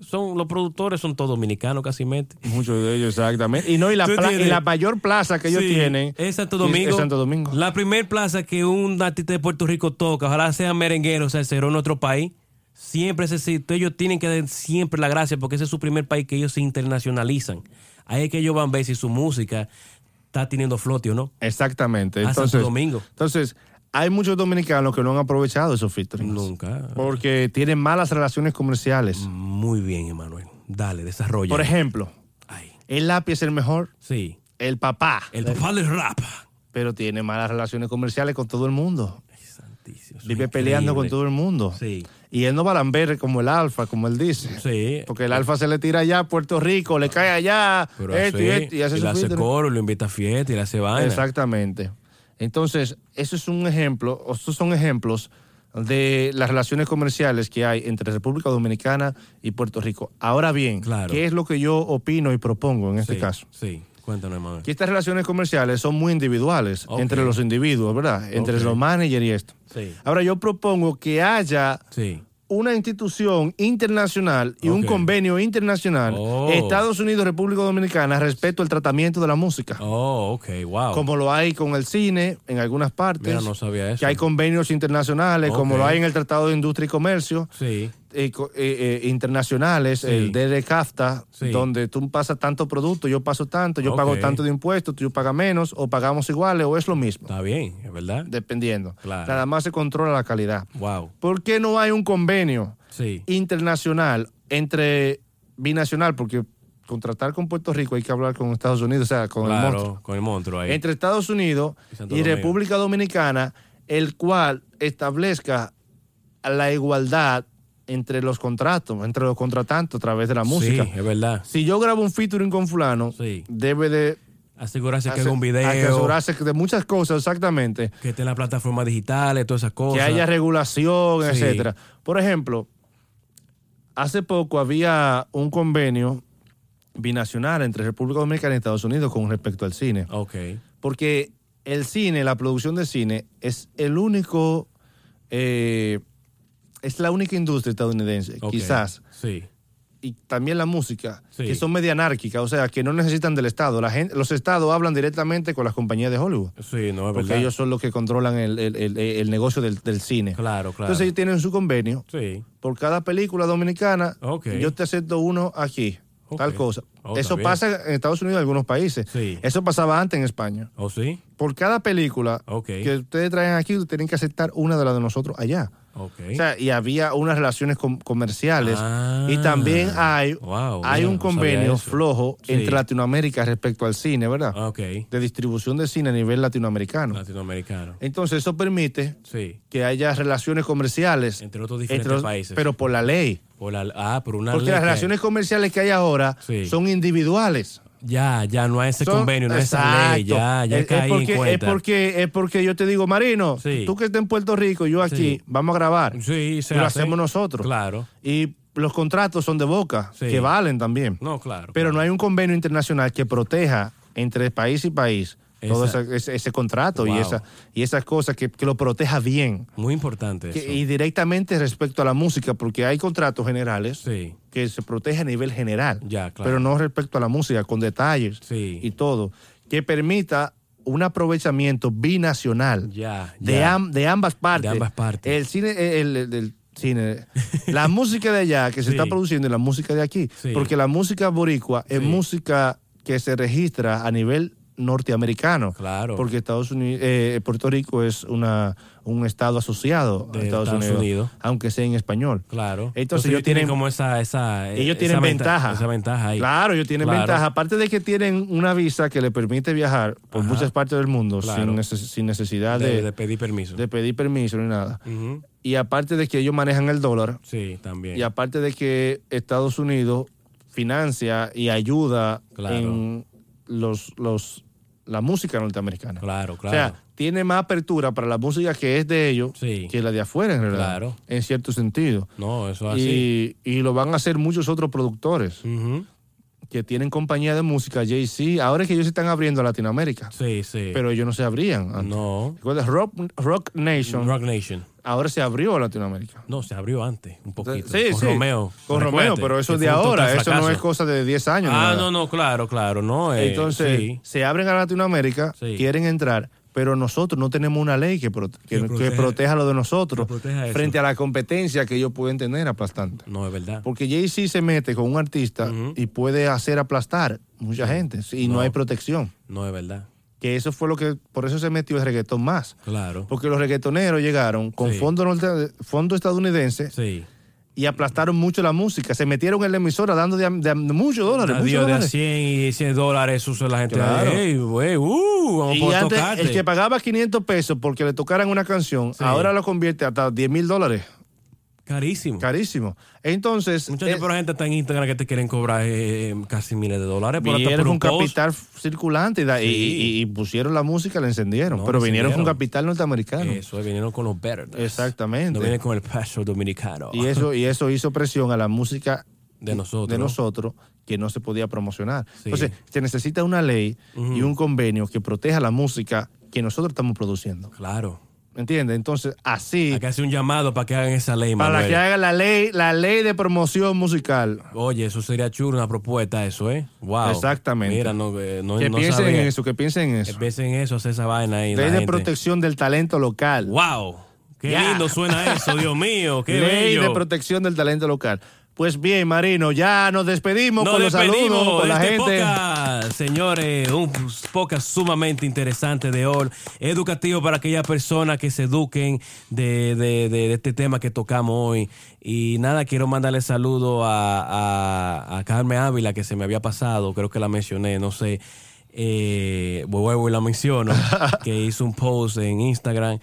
S2: Son, los productores son todos dominicanos casi.
S1: Muchos de ellos, exactamente. Y no, y la,
S2: [laughs] Tú
S1: pla-
S2: entiendes.
S1: y la mayor plaza que ellos
S2: Sí,
S1: tienen
S2: Es Santo Domingo.
S1: es Santo Domingo.
S2: La primer plaza que un artista de Puerto Rico toca, ojalá sea merenguero, o sea, será en otro país. Siempre ese sitio, ellos tienen que dar siempre la gracia porque ese es su primer país que ellos se internacionalizan. Ahí es que ellos van a ver si su música está teniendo flote o no.
S1: Exactamente.
S2: A Ah, Santo
S1: Entonces,
S2: Domingo.
S1: Entonces, hay muchos dominicanos que no han aprovechado esos featurings.
S2: Nunca.
S1: Porque tienen malas relaciones comerciales.
S2: Muy bien, Emanuel. Dale, desarrolla.
S1: Por ejemplo,
S2: Ay,
S1: el lápiz es el mejor,
S2: sí.
S1: el papá,
S2: El papá del rap.
S1: pero tiene malas relaciones comerciales con todo el mundo.
S2: Ay, santísimo. eso es
S1: Vive peleando con
S2: increíble.
S1: todo el mundo.
S2: Sí.
S1: Y él no va a lamber como el alfa, como él dice.
S2: Sí.
S1: Porque el alfa se le tira allá a Puerto Rico, le cae allá,
S2: Pero
S1: esto y
S2: así,
S1: esto, y hace
S2: y
S1: su
S2: le hace
S1: featuring.
S2: coro, lo invita a fiesta y le hace vaina.
S1: Exactamente. Entonces, eso es un ejemplo, o estos son ejemplos de las relaciones comerciales que hay entre República Dominicana y Puerto Rico. Ahora bien,
S2: Claro.
S1: ¿qué es lo que yo opino y propongo en este
S2: Sí,
S1: caso?
S2: Sí, cuéntanos, Emanuel.
S1: Que estas relaciones comerciales son muy individuales
S2: Ok.
S1: entre los individuos, ¿verdad? Entre
S2: Ok.
S1: los managers y esto.
S2: Sí.
S1: Ahora yo propongo que haya
S2: Sí.
S1: una institución internacional y un
S2: Ok.
S1: convenio internacional,
S2: Oh.
S1: Estados Unidos, República Dominicana, respecto al tratamiento de la música
S2: Oh, ok, wow.
S1: como lo hay con el cine en algunas partes,
S2: Mira, no sabía eso.
S1: que hay convenios internacionales,
S2: Ok.
S1: como lo hay en el Tratado de Industria y Comercio.
S2: Sí,
S1: eh, co- eh, eh, internacionales,
S2: Sí.
S1: el DRCAFTA,
S2: Sí.
S1: donde tú pasas tanto producto, yo paso tanto, yo pago
S2: Ok.
S1: tanto de impuestos, tú pagas menos, o pagamos iguales, o es lo mismo,
S2: está bien, es verdad.
S1: dependiendo.
S2: Claro.
S1: Nada más se controla la calidad.
S2: Wow.
S1: ¿Por qué no hay un convenio
S2: Sí.
S1: internacional entre binacional? Porque contratar con Puerto Rico hay que hablar con Estados Unidos, o sea, con el monstruo
S2: claro, con el monstruo ahí.
S1: entre Estados Unidos
S2: Y Santo
S1: y,
S2: Domingo.
S1: República Dominicana, el cual establezca la igualdad entre los contratos, entre los contratantes a través de la música.
S2: Sí, es verdad.
S1: Si yo grabo un featuring con fulano,
S2: Sí.
S1: debe de
S2: Asegurarse que
S1: ase-
S2: haga un video,
S1: asegurarse de muchas cosas exactamente,
S2: que esté en las plataformas digitales, todas esas cosas.
S1: que haya regulación,
S2: Sí.
S1: etcétera. Por ejemplo, hace poco había un convenio binacional entre República Dominicana y Estados Unidos con respecto al cine.
S2: Ok.
S1: Porque el cine, la producción de cine, es el único. eh, es la única industria estadounidense,
S2: ok.
S1: quizás,
S2: Sí.
S1: y también la música,
S2: Sí.
S1: que son media anárquicas, o sea, que no necesitan del Estado. La gente, los Estados hablan directamente con las compañías de Hollywood,
S2: Sí, no es
S1: porque
S2: verdad.
S1: ellos son los que controlan el, el- el- el negocio del, del cine.
S2: Claro, claro.
S1: Entonces ellos tienen su convenio.
S2: Sí.
S1: Por cada película dominicana,
S2: Ok.
S1: yo te acepto uno aquí,
S2: Ok.
S1: tal cosa.
S2: Oh,
S1: Eso
S2: está bien.
S1: pasa en Estados Unidos y en algunos países.
S2: Sí.
S1: Eso pasaba antes en España
S2: ¿O ¿Oh, sí?
S1: por cada película
S2: Ok.
S1: que ustedes traen aquí, tienen que aceptar una de las de nosotros allá.
S2: Ok.
S1: O sea, y había unas relaciones com- comerciales.
S2: Ah,
S1: y también hay,
S2: wow,
S1: hay
S2: mira,
S1: un
S2: no
S1: convenio
S2: sabía eso.
S1: flojo
S2: Sí. Ah.
S1: entre Latinoamérica respecto al cine, ¿verdad?
S2: ok.
S1: De distribución de cine a nivel latinoamericano.
S2: Ah. Latinoamericano.
S1: Entonces, eso permite
S2: Sí.
S1: que haya relaciones comerciales
S2: Entre otros diferentes
S1: los-
S2: países.
S1: Pero por la ley.
S2: Por la- ah, por una
S1: Porque
S2: ley
S1: las
S2: que-
S1: relaciones comerciales que hay ahora
S2: Sí.
S1: son individuales.
S2: Ya, ya no hay ese
S1: Son-
S2: convenio, no hay esa ley.
S1: Exacto.
S2: Ya, ya
S1: es, es
S2: caí
S1: porque,
S2: en cuenta.
S1: Es porque, es porque yo te digo, Marino,
S2: Sí.
S1: tú que estás en Puerto Rico, yo aquí,
S2: Sí.
S1: vamos a grabar.
S2: Sí, se
S1: lo
S2: hace.
S1: hacemos nosotros.
S2: Claro.
S1: Y los contratos son de boca,
S2: Sí.
S1: que valen también.
S2: No, claro.
S1: Pero no hay un convenio internacional que proteja entre país y país todo
S2: Esa-
S1: esa- ese, ese contrato
S2: Wow.
S1: y, esa, y esas cosas, que, que lo proteja bien.
S2: Muy importante
S1: Que-
S2: eso.
S1: y directamente respecto a la música, porque hay contratos generales
S2: Sí.
S1: que se protege a nivel general,
S2: Ya, claro.
S1: pero no respecto a la música, con detalles
S2: Sí.
S1: y todo, que permita un aprovechamiento binacional
S2: Ya,
S1: de,
S2: ya.
S1: am- de ambas partes.
S2: ambas partes.
S1: El cine, el, el- el
S2: [laughs]
S1: cine, la música de allá que se
S2: Sí.
S1: está produciendo y la música de aquí,
S2: Sí.
S1: porque la música boricua es
S2: Sí.
S1: música que se registra a nivel norteamericano,
S2: Claro.
S1: porque Estados Unidos, Puerto Rico es una un estado asociado
S2: De
S1: a Estados,
S2: Estados
S1: Unidos,
S2: Unidos.
S1: aunque sea en español.
S2: Claro.
S1: Entonces, ellos tienen-
S2: como esa, esa
S1: Ellos
S2: esa
S1: tienen
S2: venta-
S1: ventaja.
S2: Esa ventaja ahí.
S1: Claro, ellos tienen
S2: Claro.
S1: ventaja. Aparte de que tienen una visa que le permite viajar por
S2: Ajá.
S1: muchas partes del mundo
S2: Claro.
S1: sin, neces- sin necesidad
S2: De,
S1: de,
S2: de pedir permiso.
S1: de pedir permiso ni nada.
S2: Ujú.
S1: Y aparte de que ellos manejan el dólar,
S2: Sí, también.
S1: y aparte de que Estados Unidos financia y ayuda
S2: Claro.
S1: en los, los, la música norteamericana.
S2: Claro,
S1: O
S2: claro.
S1: sea, tiene más apertura para la música que es de ellos
S2: Sí.
S1: que la de afuera, en realidad.
S2: Claro.
S1: En cierto sentido.
S2: no, eso es así.
S1: Y, y lo van a hacer muchos otros productores
S2: Ujú.
S1: que tienen compañía de música, Jay-Z, ahora es que ellos se están abriendo a Latinoamérica,
S2: Sí, sí.
S1: pero ellos no se abrían. antes.
S2: no.
S1: Recuerda, Rock, Rock Nation
S2: Rock Nation.
S1: ahora se abrió a Latinoamérica.
S2: No, se abrió antes, un poquito.
S1: Sí,
S2: con
S1: sí.
S2: Romeo.
S1: Con Romeo,
S2: Recuerde,
S1: pero eso
S2: que
S1: es de
S2: fue un total
S1: ahora, eso no
S2: fracaso.
S1: es cosa de 10 años. ni
S2: Ah,
S1: nada.
S2: no, no, claro, claro, no. eh,
S1: Entonces,
S2: sí.
S1: se abren a Latinoamérica,
S2: Sí.
S1: quieren entrar, pero nosotros no tenemos una ley que, prote- que,
S2: Que
S1: que
S2: proteja-
S1: proteja lo de nosotros
S2: que proteja eso.
S1: frente a la competencia que ellos pueden tener aplastante.
S2: No, es verdad.
S1: Porque Jay-Z se mete con un artista
S2: Ujú.
S1: y puede hacer aplastar mucha gente y no
S2: No.
S1: hay protección.
S2: No, es verdad.
S1: que eso fue lo que por eso se metió el reggaetón más
S2: Claro.
S1: porque los reggaetoneros llegaron con
S2: Sí.
S1: fondo norte- fondo estadounidense
S2: Sí.
S1: y aplastaron mucho la música se metieron en la emisora dando de, a- de a- muchos dólares, muchos
S2: Adiós de a
S1: dólares.
S2: 100 y 100 dólares, eso la gente.
S1: Claro.
S2: Ey, güey, uh, vamos
S1: y
S2: por
S1: antes
S2: tocarte.
S1: el que pagaba 500 pesos porque le tocaran una canción
S2: Sí.
S1: ahora lo convierte hasta 10 mil dólares
S2: Carísimo.
S1: carísimo entonces
S2: Muchachos,
S1: eh,
S2: pero gente está en Instagram que te quieren cobrar eh, casi miles de dólares por, hasta
S1: vinieron
S2: por
S1: con
S2: un post.
S1: capital circulante y, da- y-
S2: Sí.
S1: y- y pusieron la música la encendieron
S2: No,
S1: pero
S2: la
S1: vinieron con
S2: encendieron.
S1: capital norteamericano
S2: Eso, eh, vinieron con los Betters.
S1: Exactamente.
S2: No vienen con el peso dominicano.
S1: y eso y eso hizo presión a la música
S2: de nosotros.
S1: de nosotros que no se podía promocionar.
S2: Sí.
S1: Entonces, se necesita una ley y un convenio que proteja la música que nosotros estamos produciendo.
S2: Claro.
S1: ¿Me entiendes? Entonces, así,
S2: Hay que hacer un llamado para que hagan esa ley,
S1: para
S2: Manuel.
S1: que haga la ley, la ley de promoción musical.
S2: Oye, eso sería chulo, una propuesta, eso, ¿eh? Wow.
S1: Exactamente.
S2: Mira, no, eh, no,
S1: que
S2: no
S1: piensen
S2: sabía.
S1: en eso, que piensen en eso.
S2: Piensen en eso, hacer esa vaina ahí. la
S1: Ley de
S2: gente.
S1: protección del talento local.
S2: ¡Wow! ¡Qué
S1: Ya.
S2: lindo suena eso, Dios mío! ¡Qué
S1: ley
S2: bello!
S1: de protección del talento local. Pues bien, Marino, ya nos despedimos
S2: Nos
S1: con los
S2: despedimos
S1: saludos, con
S2: de
S1: la
S2: este
S1: gente.
S2: podcast, señores, un podcast sumamente interesante de hoy, educativo para aquellas personas que se eduquen de, de- de- de este tema que tocamos hoy. Y nada, quiero mandarle saludo a, a, a Carmen Ávila, que se me había pasado, creo que la mencioné, no sé. Eh, vuelvo y
S1: [laughs]
S2: la menciono, que hizo un post en Instagram,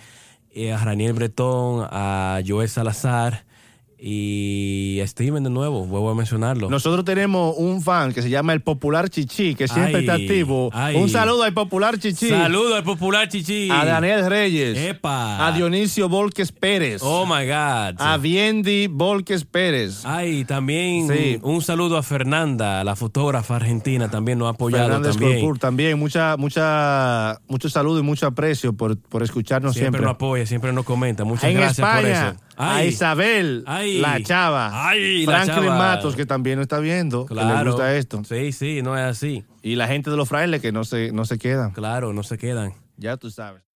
S2: eh, a Raniel Bretón, a Joel Salazar y a Steven de nuevo, vuelvo a mencionarlo.
S1: Nosotros tenemos un fan que se llama el Popular Chichi, que siempre
S2: Ay,
S1: está activo.
S2: ay.
S1: Un saludo al Popular Chichi.
S2: Saludo al popular Chichi.
S1: A Daniel Reyes.
S2: Epa.
S1: A Dionisio Volques Pérez.
S2: Oh Ah, my God.
S1: A Biendi Volques Pérez.
S2: Ay, también
S1: Sí.
S2: un saludo a Fernanda, la fotógrafa argentina, también nos ha apoyado
S1: Fernández
S2: también.
S1: Corcourt también. Mucha, mucha, mucho saludo y mucho aprecio por, por escucharnos
S2: siempre,
S1: siempre.
S2: nos apoya, siempre nos comenta. Muchas
S1: en
S2: gracias
S1: España,
S2: por eso.
S1: a Isabel,
S2: Ay.
S1: la chava,
S2: Ay, la
S1: Franklin
S2: chava.
S1: Matos, que también nos está viendo, que le
S2: claro.
S1: gusta esto.
S2: Sí, sí, no es así.
S1: Y la gente de los frailes que no se, no se quedan.
S2: Claro, no se quedan.
S1: Ya tú sabes.